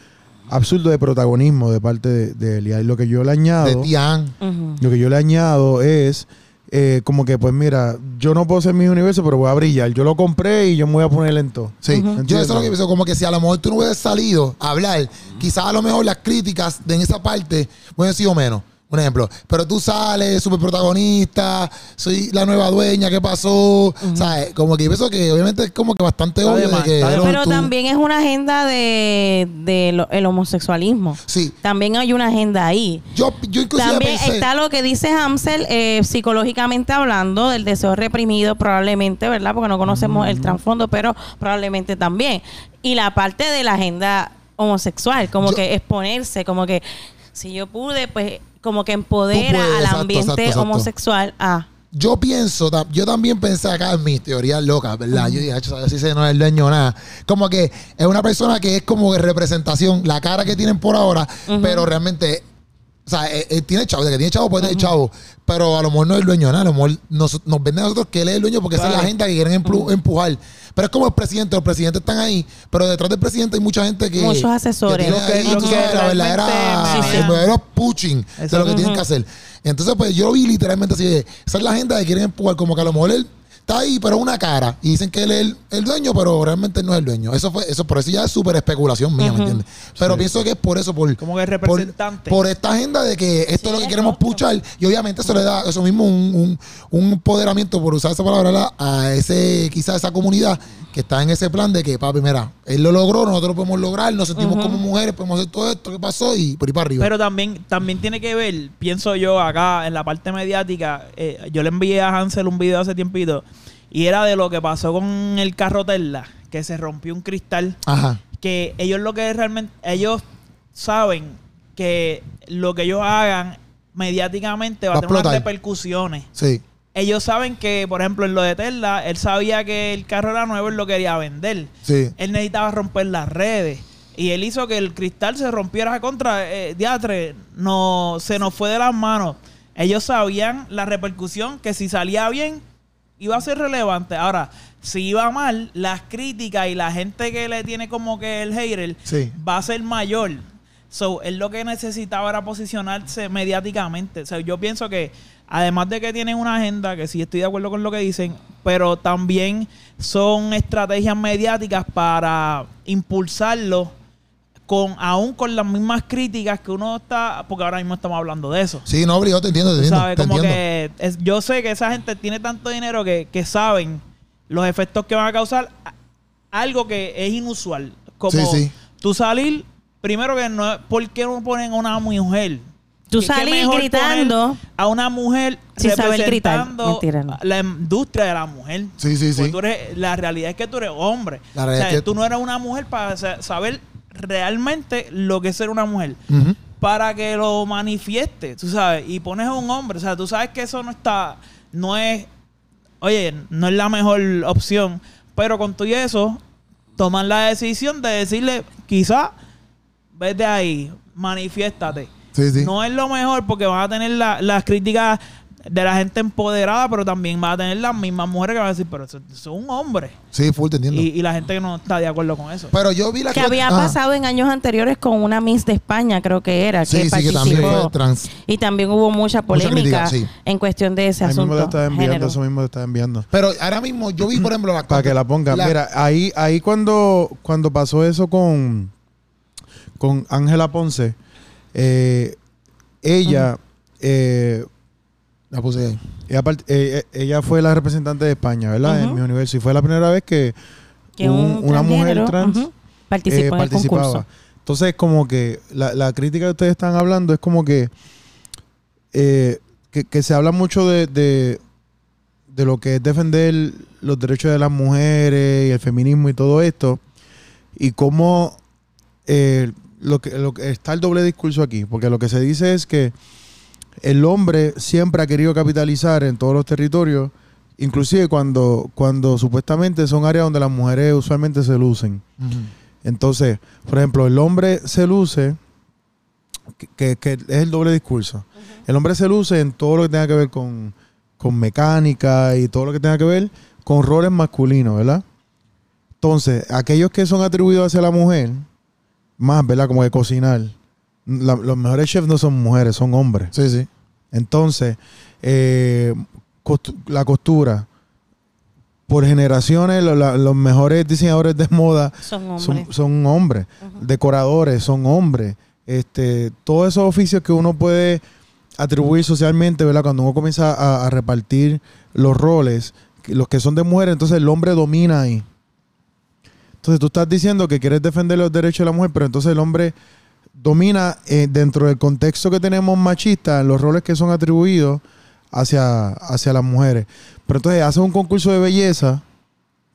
S2: absurdo de protagonismo de parte de, de él. Y ahí lo que yo le
S1: De
S2: añado,
S1: Tian.
S4: Ujú.
S2: lo que yo le añado es eh, como que, pues mira, yo no puedo ser mi universo, pero voy a brillar. Yo lo compré y yo me voy a poner lento.
S1: Sí, yo eso es
S2: Entiendo.
S1: lo que pienso, como que si a lo mejor tú no hubieses salido a hablar, quizás a lo mejor las críticas de en esa parte hubieran sido menos. Un ejemplo, pero tú sales, super protagonista, soy la nueva dueña, ¿qué pasó? ¿Sabes? Como que yo pienso que obviamente es como que bastante
S3: Está de
S1: obvio de
S3: más,
S1: que.
S3: está de
S1: pero
S4: Pero
S1: tú-
S4: también es una agenda de, de lo- el homosexualismo.
S1: Sí,
S4: También hay una agenda ahí.
S1: yo, yo inclusive
S4: También
S1: pensé.
S4: está lo que dice Hamsel, eh, psicológicamente hablando, del deseo reprimido, probablemente, ¿verdad? Porque no conocemos
S1: Mm.
S4: el trasfondo, pero probablemente también. Y la parte de la agenda homosexual, como
S1: Yo-
S4: que exponerse, como que si yo pude, pues como que empodera
S1: Tú puedes,
S4: al
S1: exacto,
S4: ambiente
S1: exacto, exacto.
S4: homosexual Ah, a...
S1: yo pienso, ta- yo también pensé acá en mis teorías locas, ¿verdad? Yo dije, "Acho, ¿sabes? si se no es el dueño nada. Como que es una persona que es como de representación, la cara que tienen por ahora, pero realmente, o sea, él, él tiene chavo, de que tiene chavo puede tener chavo, pero a lo mejor no es el dueño nada, a lo mejor nos, nos venden a nosotros que él es el dueño porque esa es la
S3: Claro.
S1: agenda que quieren emplu- empujar. Pero es como el presidente, los presidentes están ahí, pero detrás del presidente hay mucha gente que...
S4: Muchos asesores.
S1: que tiene
S4: Lo que-
S1: ahí,
S3: lo
S1: tú
S3: que
S1: sabes, la
S3: realmente
S1: verdadera-
S3: manejan.
S1: el verdadero pushing de lo que
S3: Exacto.
S1: tienen que hacer. Entonces, pues yo vi literalmente así, de, esa es la agenda que quieren empujar, como que a lo mejor él está ahí, pero es una cara. Y dicen que él es el, el dueño, pero realmente no es el dueño. Eso fue, eso por eso ya es súper especulación mía, ¿me entiendes? Pero pienso que es por eso, por,
S3: Como que es
S1: por-
S3: representante.
S1: por, esta agenda de que esto es lo que
S4: es
S1: queremos
S4: rostro.
S1: puchar. Y obviamente eso le da eso mismo un, un, un empoderamiento, por usar esa palabra, ¿verdad? a ese, quizás esa comunidad que está en ese plan de que, papi, mira, él lo logró, nosotros lo podemos lograr, nos sentimos como mujeres, podemos hacer todo esto, ¿qué pasó? Y por ahí para arriba.
S3: Pero también, también tiene que ver, pienso yo acá en la parte mediática, eh, yo le envié a Hansel un video hace tiempito y era de lo que pasó con el carro Tesla, que se rompió un cristal,
S1: Ajá.
S3: que ellos lo que realmente, ellos saben que lo que ellos hagan mediáticamente va,
S1: Va a
S3: a tener unas
S1: explotar.
S3: repercusiones.
S1: Sí.
S3: Ellos saben que, por ejemplo, en lo de Tesla, él sabía que el carro era nuevo, él lo quería vender
S1: Sí.
S3: él necesitaba romper las redes. Y él hizo que el cristal se rompiera a contra. Eh, diatre, no, se nos fue de las manos. Ellos sabían la repercusión que si salía bien iba a ser relevante. Ahora, si iba mal, las críticas y la gente que le tiene como que el hater
S1: Sí.
S3: va a ser mayor. So, él lo que necesitaba era posicionarse mediáticamente. O sea, yo pienso que, además de que tienen una agenda, que sí estoy de acuerdo con lo que dicen, pero también son estrategias mediáticas para impulsarlo con, aún con las mismas críticas que uno está, porque ahora mismo estamos hablando de eso.
S1: Sí, no, yo te entiendo, te
S3: Tú
S1: entiendo.
S3: sabes,
S1: te
S3: como
S1: entiendo.
S3: que es- yo sé que esa gente tiene tanto dinero que, que saben los efectos que van a causar a- algo que es inusual. Como
S1: Sí, sí.
S3: tú salir, primero que no, ¿por qué no ponen a una mujer?
S4: Tú
S3: ¿Qué- qué
S4: salir
S3: mejor
S4: gritando.
S3: poner A una mujer
S4: Sin saber gritar.
S3: representando
S4: Mentira, no.
S3: la industria de la mujer.
S1: Sí, sí,
S3: Porque
S1: sí.
S3: tú eres- la realidad es que tú eres hombre.
S1: La realidad
S3: O sea,
S1: es que-
S3: tú no eres una mujer para sa- saber realmente lo que es ser una mujer
S1: Ujú.
S3: para que lo manifieste, tú sabes, y pones a un hombre, o sea, tú sabes que eso no está, no es, oye, no es la mejor opción, pero con todo y eso, toman la decisión de decirle, quizá, vete ahí, manifiéstate.
S1: Sí, sí.
S3: No es lo mejor porque vas a tener la- las críticas de la gente empoderada, pero también vas a tener las mismas mujeres que van a decir, pero eso, eso es un hombre.
S1: Sí, full, te entiendo.
S3: Y, y la gente que no está de acuerdo con eso.
S1: Pero yo vi la
S4: que
S1: cri-
S4: había
S1: Ah,
S4: pasado en años anteriores con una Miss de España, creo que era,
S1: Sí, sí,
S4: que
S1: que
S4: participó.
S1: también fue trans.
S4: Y también hubo mucha
S1: Mucha
S4: polémica
S1: crítica, sí.
S4: en cuestión de ese
S2: Ahí mismo
S4: asunto.
S2: te está enviando,
S4: género.
S2: eso mismo te está enviando.
S1: Pero ahora mismo yo vi, por ejemplo, la
S2: Para que la ponga. Mira, ahí, ahí cuando, cuando pasó eso con con Ángela Ponce, eh, ella, eh,
S1: La puse ahí.
S2: ella, part- eh, eh, ella fue la representante de España, ¿verdad? En
S4: Ujú.
S2: mi universo. Y fue la primera vez que
S4: Que
S2: un- una mujer
S4: transgénero,
S2: trans
S4: ujú,
S2: eh,
S4: participó en el concurso.
S2: Entonces, como que la, la crítica que ustedes están hablando es como que, eh, que, que se habla mucho de, de, de lo que es defender los derechos de las mujeres y el feminismo y todo esto, y cómo eh, lo que, lo que- está el doble discurso aquí, porque lo que se dice es que el hombre siempre ha querido capitalizar en todos los territorios, inclusive cuando, cuando supuestamente son áreas donde las mujeres usualmente se lucen. Entonces, por ejemplo, el hombre se luce, que, que- que es el doble discurso. El hombre se luce en todo lo que tenga que ver con, con mecánica y todo lo que tenga que ver con roles masculinos, ¿verdad? Entonces, aquellos que son atribuidos hacia la mujer, más, ¿verdad? Como de cocinar. la- los mejores chefs no son mujeres, son hombres.
S1: Sí, sí.
S2: Entonces, eh, costu- la costura, por generaciones, lo- la- los mejores diseñadores de moda
S4: Son hombres.
S2: son, son hombres. Decoradores son hombres. Este, todos esos oficios que uno puede atribuir socialmente, ¿verdad? Cuando uno comienza a, a repartir los roles, que- los que son de mujeres, entonces el hombre domina ahí. Entonces tú estás diciendo que quieres defender los derechos de la mujer, pero entonces el hombre domina eh, dentro del contexto que tenemos machista los roles que son atribuidos hacia, hacia las mujeres. Pero entonces haces un concurso de belleza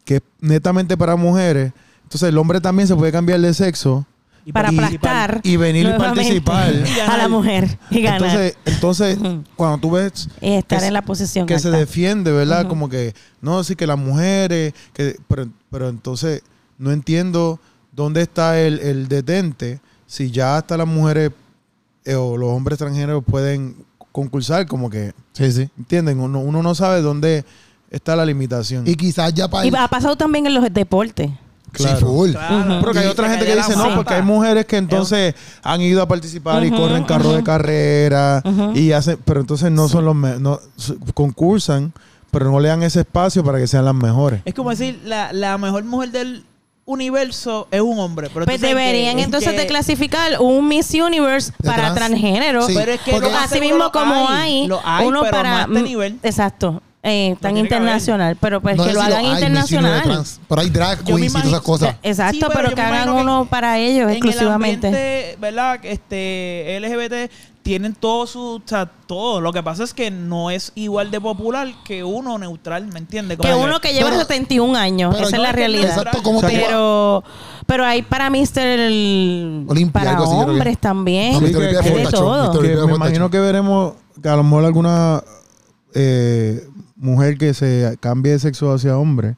S2: que es netamente para mujeres. Entonces el hombre también se puede cambiar de sexo
S3: Y
S4: para
S3: participar.
S4: aplastar
S2: y venir y
S4: nuevamente
S2: participar.
S4: a la mujer y ganar.
S2: Entonces, entonces
S4: Ujú.
S2: cuando tú ves
S4: y estar
S2: que se-
S4: en la posición
S2: que se
S4: alta.
S2: defiende, ¿verdad?
S4: Ujú.
S2: Como que, no, sí que las mujeres, que, pero, pero entonces no entiendo dónde está el, el detente si ya hasta las mujeres eh, o los hombres transgéneros pueden concursar, como que,
S1: Sí, sí.
S2: ¿entienden? Uno, uno no sabe dónde está la limitación.
S1: Y quizás ya para.
S4: Y ha pasado también en los deportes.
S2: Claro.
S1: Sí, full.
S3: Claro.
S2: Porque hay otra
S3: Y
S2: gente que
S3: calle
S2: dice,
S3: la
S2: no, porque hay mujeres que entonces han ido a participar y
S4: Ujú,
S2: corren carros de
S4: ujú.
S2: carrera
S4: Ujú.
S2: y hacen, pero entonces no son los, me- no, s- concursan, pero no le dan ese espacio para que sean las mejores.
S3: Es como decir, la, la mejor mujer del universo es un hombre. Pero tú
S4: Pues
S3: sabes que-
S4: deberían
S3: es
S4: entonces
S3: que-
S4: de clasificar un Miss Universe
S1: De
S4: para
S1: trans.
S4: transgénero.
S1: Sí.
S3: Pero es que
S1: Porque-
S3: lo más
S4: Así
S3: seguro
S4: mismo
S3: lo
S4: como hay,
S3: lo hay,
S4: uno
S3: pero
S4: para
S3: no a este nivel.
S4: Exacto. eh, tan
S3: tiene que haber.
S4: internacional, pero pues
S1: No
S4: que
S1: sé
S4: lo
S1: si
S4: hagan
S1: hay, Miss Universe
S4: internacional.
S1: trans, pero hay drag
S3: Yo me
S1: queens y todas
S3: imagino-
S1: esas cosas.
S4: Exacto,
S3: Sí, yo
S4: pero, que
S3: me
S4: hagan
S3: imagino que
S4: uno para ellos
S3: en
S4: exclusivamente.
S3: El ambiente, ¿verdad? Este LGBT tienen todo su, o sea, todo. Lo que pasa es que no es igual de popular que uno neutral, ¿me entiendes?
S4: que uno que lleva
S1: Pero-
S4: 71 años,
S1: pero
S4: esa es
S1: yo-
S4: la realidad.
S1: Exacto, como
S2: O sea,
S1: tú-
S4: Pero pero hay para Mr.
S1: Olimpia,
S4: para
S1: algo así, yo creo que-
S4: hombres también.
S1: No,
S2: Sí,
S1: Mr. Olivia
S2: que-
S1: fue
S2: que-
S1: tachón,
S4: todo.
S1: Mr.
S2: Que
S1: Olivia
S2: me
S1: fue
S2: imagino
S1: tachón.
S2: que veremos que a lo mejor alguna eh, mujer que se cambie de sexo hacia hombre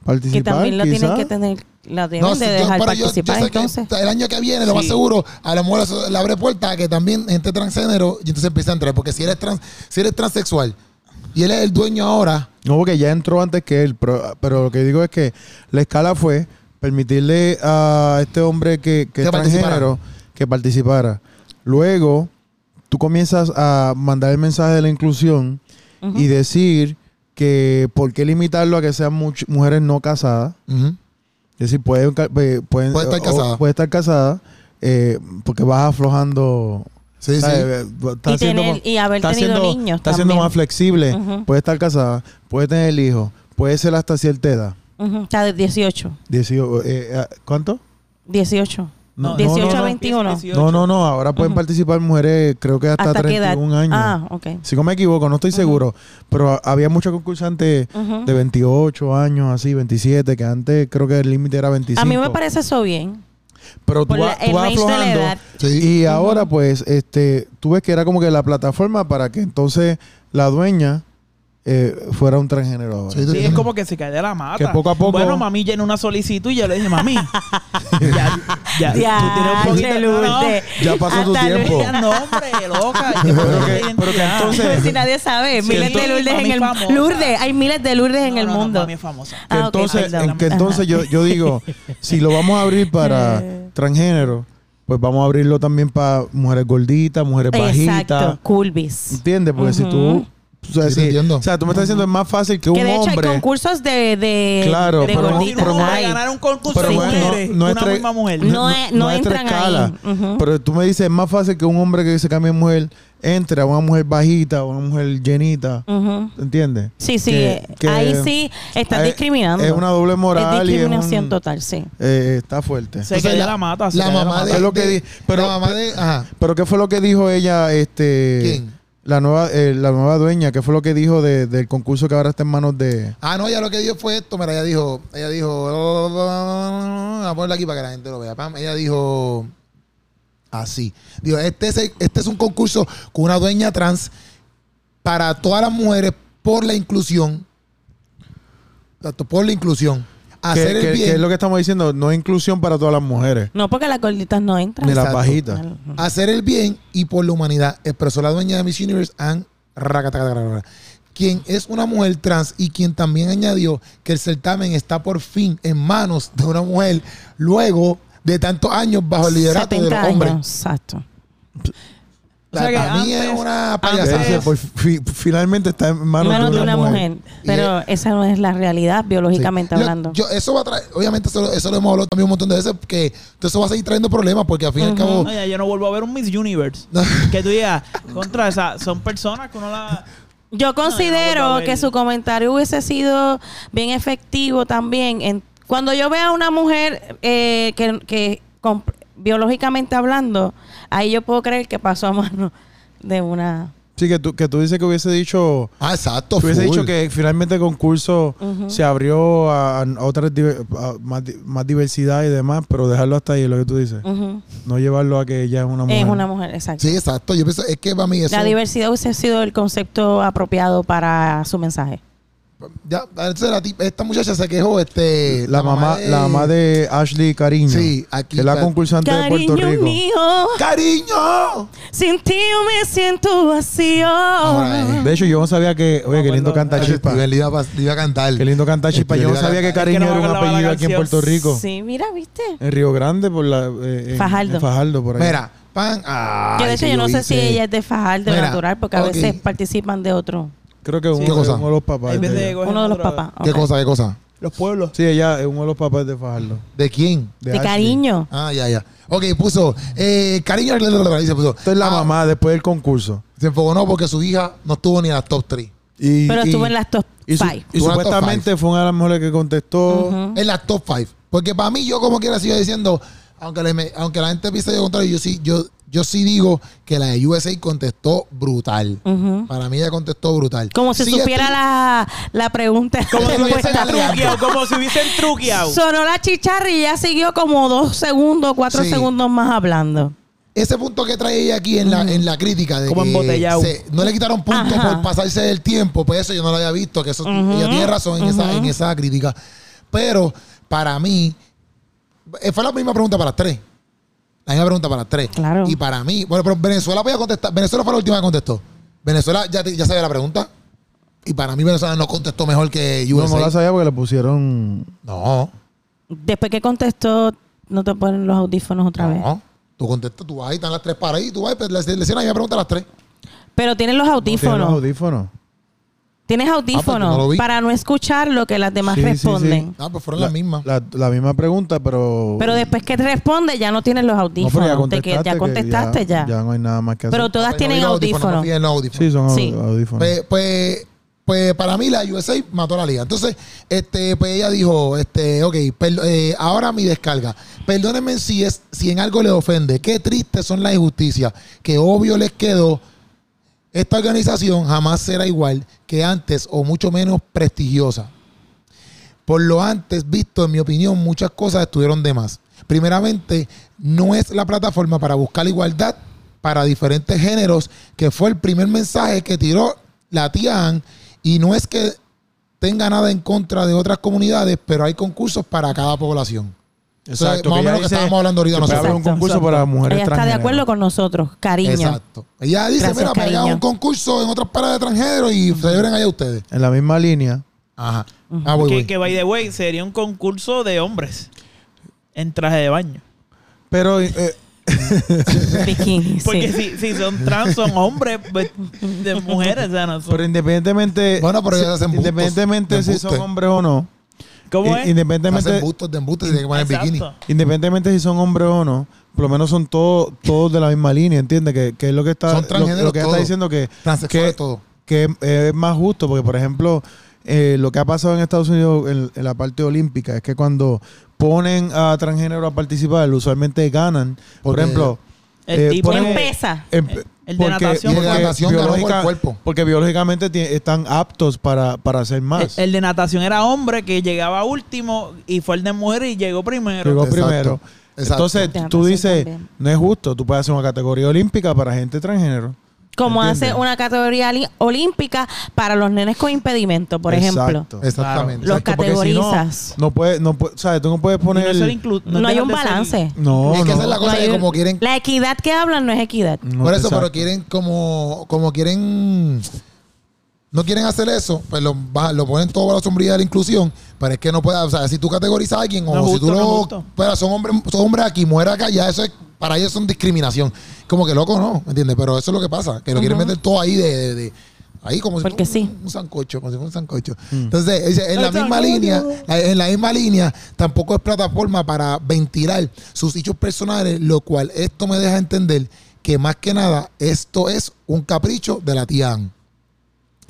S4: que
S2: participar
S4: también la tienen
S2: quizá.
S4: que tener la deben
S1: No,
S4: de
S1: sí, yo-
S4: dejar
S1: pero yo- yo
S4: participar
S1: sé que
S4: entonces.
S1: El año que viene, lo más
S3: Sí.
S1: seguro, a la mujer le abre puerta a que también gente transgénero y entonces empieza a entrar. Porque si eres, trans, si eres transexual y él es el dueño ahora,
S2: No, porque ya entró antes que él, pero, pero lo que digo es que la escala fue permitirle a este hombre que, que
S1: Que
S2: es
S1: participara.
S2: transgénero que participara. Luego, tú comienzas a mandar el mensaje de la inclusión
S4: Ujú.
S2: y decir que por qué limitarlo a que sean much- mujeres no casadas.
S1: ujú,
S2: Es decir, pueden, ca- pe- pueden-
S1: Puede estar
S2: o-
S1: casada.
S2: Puede estar casada eh, porque vas aflojando.
S1: sí, sí.
S2: ¿sabes? Está
S4: Y
S2: siendo
S4: tener-
S2: más-
S4: y haber
S2: está
S4: tenido
S2: siendo-
S4: niños
S2: Está siendo
S4: también.
S2: más flexible.
S4: Ujú.
S2: Puede estar casada, puede tener el hijo, puede ser hasta cierta edad.
S4: Ujú, Está de 18,
S2: Diecio- eh, eh, ¿Cuánto?
S4: 18.
S2: No,
S4: 18
S2: no,
S4: a
S2: no.
S4: 21.
S2: No, no, no. Ahora pueden
S4: Ujú.
S2: participar mujeres, creo que hasta,
S4: ¿Hasta qué edad?
S2: 31 años.
S4: Ah, ok.
S2: Si no me equivoco, no estoy seguro. Pero a- había muchos concursantes
S4: Ujú.
S2: de 28 años, así, 27, que antes creo que el límite era 25.
S4: A mí me parece eso bien.
S2: Pero tú,
S4: Por la-
S2: vas- tú
S4: el
S2: vas
S4: range de la
S2: aflojando.
S4: edad.
S1: Sí.
S2: Y ahora, pues, este, tú ves que era como que la plataforma para que entonces la dueña eh, fuera un transgénero ahora.
S1: Sí, tú-
S3: Sí, es como que se cae de la mata.
S2: Que poco a poco-
S3: Bueno, mami llena una solicitud y yo le dije, mami, ya, ya, tú tienes un poquito
S4: Diache, Lourdes.
S3: de
S2: Ya pasó tu
S4: Hasta
S2: tiempo.
S4: luego.
S3: no, no, hombre, loca.
S2: Pero que- pero que entonces-
S4: Pues si nadie sabe,
S3: Sí,
S4: miles de
S3: entonces,
S4: Lourdes en
S3: mami
S4: el
S3: famosa.
S4: Lourdes, hay miles de Lourdes en el mundo.
S3: mami es famosa.
S2: Que
S4: Ah, ok,
S2: entonces,
S4: perdón.
S2: en que entonces yo, yo digo, si lo vamos a abrir
S4: Eh.
S2: para transgénero, pues vamos a abrirlo también para mujeres gorditas, mujeres bajitas.
S4: Exacto, Culbis.
S2: ¿Entiendes? Porque si tú.
S4: Ujú.
S2: O sea,
S1: Sí, te
S2: si-
S1: entiendo.
S2: o sea, tú me estás diciendo es más fácil que un
S4: Que de hecho
S2: hombre.
S4: hay concursos de, de,
S2: Claro,
S4: de
S2: pero no-
S3: Si
S4: gorditas.
S3: no, para
S4: Ay.
S3: ganar un concurso
S2: Pero
S3: de
S2: bueno, no-
S3: mujeres,
S2: no es
S3: una
S2: tres-
S3: misma mujer.
S4: No es- no
S2: hay
S4: entran
S2: escala.
S4: ahí. Ujú.
S2: Pero tú me dices, es más fácil que un hombre que se cambie de mujer entre a una mujer bajita o una mujer llenita.
S4: Ujú.
S2: ¿Entiendes?
S4: Sí, sí,
S2: Que-
S4: eh,
S2: que-
S4: ahí sí estás
S2: eh,
S4: discriminando.
S2: Es una doble moral.
S4: Es
S2: y un-
S4: discriminación total, sí.
S2: eh, está fuerte.
S3: Se cae de la mata. se
S1: la
S3: cae de
S1: mamá
S3: mata.
S1: de,
S2: Es lo que
S1: de-
S2: di- pero-
S1: la mamá de ajá,
S2: Pero ¿qué fue lo que dijo ella? Este,
S1: ¿Quién?
S2: La nueva, eh, la nueva dueña, ¿qué fue lo que dijo de- del concurso que ahora está en manos de...
S1: Ah, no, ella lo que dijo fue esto. Mira, ella dijo. Ella dijo. Voy a ponerla aquí para que la gente lo vea. Pam, Ella dijo. Así. Dijo: este es, el- este es un concurso con una dueña trans para todas las mujeres por la inclusión. Tanto por la inclusión.
S2: ¿Qué,
S1: Hacer el
S2: qué-
S1: bien.
S2: qué es lo que estamos diciendo? No hay inclusión para todas las mujeres,
S4: No, porque las gorditas no entran.
S2: ni las
S1: Exacto.
S2: bajitas.
S1: hacer el bien y por la humanidad, expresó la dueña de Miss Universe, Ann Racatacatacatacata, quien es una mujer trans y quien también añadió que el certamen está por fin en manos de una mujer luego de tantos años bajo el liderato de
S4: 70
S1: los
S4: años,
S1: hombres.
S4: exacto.
S1: O sea,
S3: O sea que
S1: para mí es
S3: antes-
S1: una
S2: Que
S1: payasada.
S2: dice, pues, fi- finalmente está en manos,
S4: Menos de una mujer. Pero esa no es la realidad, biológicamente
S1: Lo-
S4: hablando.
S1: yo- eso va a traer, obviamente eso, eso lo hemos hablado también un montón de veces, que entonces eso va a seguir trayendo problemas porque al fin y al cabo...
S3: Oye, yo no vuelvo a ver un Miss Universe. que tú digas, contra esa, son personas que uno la.
S4: Yo
S3: no,
S4: considero
S3: no, no,
S4: que
S3: no.
S4: su comentario hubiese sido bien efectivo también. En, cuando yo vea a una mujer eh, que, que comp- biológicamente hablando, ahí yo puedo creer que pasó a mano de una...
S2: Sí, que tú, que tú dices que hubiese dicho...
S1: Ah, exacto.
S2: que hubiese
S1: full.
S2: dicho que finalmente el concurso se abrió a, a otras diver- a más, di- más diversidad y demás, pero dejarlo hasta ahí, es lo que tú dices.
S4: Ujú.
S2: No llevarlo a que ella es una mujer.
S4: Es una mujer, exacto.
S1: Sí, exacto. Yo pienso, es que para mí eso...
S4: La diversidad hubiese sido el concepto apropiado para su mensaje.
S1: Ya, entonces la tip- esta muchacha se quejó, este...
S2: La, mamá, la mamá de Ashley Cariño.
S1: Sí, aquí
S2: Que es la
S1: está.
S2: concursante de Puerto
S4: Cariño
S2: Rico.
S4: mío,
S1: ¡Cariño!
S4: sin ti yo me siento vacío.
S1: Ahora, eh,
S2: De hecho, yo no sabía que. Oye,
S3: Ah,
S2: qué lindo
S3: bueno,
S2: canta
S1: Yo
S2: Chispa.
S1: le iba, a- le iba a cantar.
S2: Qué lindo canta Chispa. Yo no sabía que
S3: Es
S2: Cariño
S3: que no
S2: era un
S3: me acordaba
S2: apellido
S3: la
S2: aquí en
S3: canción.
S2: Puerto Rico.
S4: Sí, mira, viste.
S2: En Río Grande, por la. eh, en-
S4: Fajardo.
S2: en Fajardo, por ahí.
S1: Mira, pan.
S4: Que de hecho yo no sé si ella es de Fajardo
S1: Mira,
S4: natural, porque a
S1: ok.
S4: veces participan de otro.
S2: Creo que uno,
S1: ¿Qué cosa?
S2: uno de los papás.
S3: En vez
S2: de
S3: de
S2: ella.
S3: coger
S4: Uno de los
S3: otra
S4: papás.
S3: vez.
S1: ¿Qué
S4: ok.
S1: cosa, qué cosa?
S3: Los pueblos.
S2: Sí, ella es uno de los papás de Fajardo.
S1: ¿De quién?
S4: De,
S2: Ashley.
S4: cariño.
S1: Ah, ya, ya. Ok, puso. Eh, cariño, ahí se puso.
S2: Esta es la
S1: Ah,
S2: mamá después del concurso.
S1: Se enfogonó porque su hija no estuvo ni en las top 3.
S2: Y,
S4: Pero
S2: y-
S4: estuvo en las top
S2: y su-
S4: five.
S2: y
S1: Tú eras top
S2: supuestamente fue una de las mujeres que contestó.
S4: Ujú.
S1: En las top 5. Porque para mí, yo como quiera sigo diciendo, aunque, le me- aunque la gente piense lo contrario, yo sí, yo, yo sí digo que la de USA contestó brutal.
S4: Ujú.
S1: Para mí ella contestó brutal.
S4: Como si
S1: Sí, este,
S4: supiera
S1: estoy-
S4: la, la pregunta.
S3: Como si hubiesen
S1: Respuesta.
S3: truqueado. Como si hubiesen truqueado.
S4: Sonó la chicharra y ya siguió como dos segundos, cuatro
S1: Sí.
S4: segundos más hablando.
S1: Ese punto que trae ella aquí en la, en la crítica de
S3: Como
S1: que
S3: embotellado.
S1: se- no le quitaron puntos
S4: Ajá.
S1: por pasarse del tiempo, pues eso yo no lo había visto, que eso ella tiene razón en, esa, en esa crítica. Pero para mí, eh, fue la misma pregunta para las tres. La misma pregunta para las tres.
S4: Claro.
S1: Y para mí, bueno, pero Venezuela voy a contestar. Venezuela fue la última que contestó. Venezuela ya, te- ya sabía la pregunta. Y para mí Venezuela no contestó mejor que
S2: No,
S1: USA.
S2: no la sabía porque le pusieron.
S1: No,
S4: Después que contestó, no te ponen los audífonos otra vez.
S1: no. Tú contestas, tú vas ahí, están las tres para ahí, tú vas, y pues, le, le hicieron la misma pregunta a las tres.
S4: Pero tienen los
S2: no tiene
S4: audífonos.
S2: los audífonos.
S4: Tienes audífonos
S1: Ah, pues yo no lo vi.
S4: para no escuchar lo que las demás
S2: Sí, sí,
S4: responden.
S2: sí.
S1: Ah, pues fueron las mismas.
S2: La, la misma pregunta, pero.
S4: Pero después que te responde, ya no tienes los
S2: No, pero
S4: audífonos.
S2: ya
S4: Te que-
S2: contestaste.
S4: ya
S2: que
S4: contestaste ya.
S2: Ya no hay nada más que hacer.
S4: Pero todas
S1: Pues, no vi
S4: tienen
S1: los audífonos,
S4: audífonos.
S1: no vi en los audífonos.
S2: Sí, son
S4: Sí.
S2: aud- audífonos.
S1: Pues, pues, pues para mí la USA mató la liga. Entonces, este, pues ella dijo, este, ok, per- eh, ahora mi descarga. Perdónenme si es, si en algo les ofende. Qué tristes son las injusticias. Que obvio les quedó. Esta organización jamás será igual que antes o mucho menos prestigiosa. Por lo antes visto, en mi opinión, muchas cosas estuvieron de más. Primeramente, no es la plataforma para buscar la igualdad para diferentes géneros, que fue el primer mensaje que tiró la tía Ann, y no es que tenga nada en contra de otras comunidades, pero hay concursos para cada población. Eso es
S2: que
S1: pues, más o
S2: ella
S1: menos lo que
S2: dice
S1: estábamos hablando ahorita
S2: que puede haber
S1: nosotros.
S2: un concurso
S3: Exacto.
S2: para mujeres
S4: Ella está de
S2: transgénero.
S4: acuerdo con nosotros, cariño.
S1: Exacto. Ella dice,
S4: Gracias,
S1: mira, pega
S4: cariño.
S1: un concurso en otras paradas de extranjeros y celebren allá ustedes.
S2: En la misma línea.
S1: Ajá. Ah, voy,
S3: Que,
S1: voy.
S3: que, by the way, sería un concurso de hombres en traje de baño.
S2: Pero eh,
S4: Bikini, sí.
S3: Porque si, si son trans, son hombres pues, de mujeres. O sea, no son-
S2: Pero independientemente.
S1: Bueno, pero
S2: si-
S1: ellas hacen bustos,
S2: Independientemente si
S1: embuste.
S2: son hombres o no.
S3: ¿Cómo
S2: i-
S3: es?
S1: Hacen
S2: Independientemente,
S1: bustos de embuste, se tienen que poner
S3: Exacto.
S1: bikini.
S2: independientemente si son hombres o no, por lo menos son todos todos de la misma línea, ¿entiendes? Que, que es lo que está.
S1: Son
S2: lo-
S1: transgéneros
S2: Lo, que ella
S1: todos.
S2: está diciendo que.
S1: Transexuales
S2: que-
S1: todo.
S2: que es más justo, porque por ejemplo, eh, lo que ha pasado en Estados Unidos en, en la parte olímpica es que cuando ponen a transgénero a participar, usualmente ganan. Por
S1: Porque-
S2: ejemplo,
S3: El
S2: eh,
S3: tipo
S2: ponen-
S3: de-
S4: Pesa.
S2: em-
S3: Eh, El de natación.
S1: Y el de natación ganó por el cuerpo.
S2: porque biológicamente ti- están aptos para, para hacer
S3: el,
S2: más.
S3: el de natación era hombre que llegaba último y fue el de mujer y llegó primero.
S2: Llegó
S1: Exacto.
S2: primero.
S1: Exacto.
S2: Entonces,
S4: Tienes
S2: tú
S4: razón
S2: dices,
S4: también.
S2: no es justo, tú puedes hacer una categoría olímpica para gente transgénero.
S4: Como
S2: ¿entiendes?
S4: hace una categoría li- olímpica para los nenes con impedimento, por ejemplo.
S2: Exacto.
S1: Exactamente.
S4: Los
S2: Exacto, porque si no,
S4: categorizas.
S2: no, puedes, no puedes- sabes, tú no puedes
S3: Y no
S2: poner...
S3: ser inclu-
S4: No, hay
S3: dejan
S4: un
S3: de ser-
S4: balance.
S2: no,
S1: es que
S2: no.
S1: esa es la cosa
S4: No hay
S1: que
S4: un-
S1: como quieren Mm.
S4: La equidad que hablan no es equidad.
S2: No,
S1: por eso
S2: exacto.
S1: pero quieren como como quieren no quieren hacer eso pues lo, va- lo ponen todo bajo la sombrilla de la inclusión pero es que no puede o sea si tú categorizas a alguien
S3: No
S1: o
S3: es
S1: si
S3: justo,
S1: tú
S3: no es
S1: lo
S3: justo.
S1: pero son hombres son hombres aquí mujeres acá ya eso es para ellos son discriminación como que loco no ¿me entiendes? pero eso es lo que pasa que lo quieren meter todo ahí de, de- de- ahí como si
S4: Porque
S1: fuera un-
S4: sí.
S1: un sancocho como si fuera un sancocho
S2: Mm.
S1: entonces dice, en la
S3: Exacto.
S1: misma línea, la- en la misma línea, tampoco es plataforma para ventilar sus dichos personales, lo cual esto me deja entender que más que nada esto es un capricho de la tía Ann.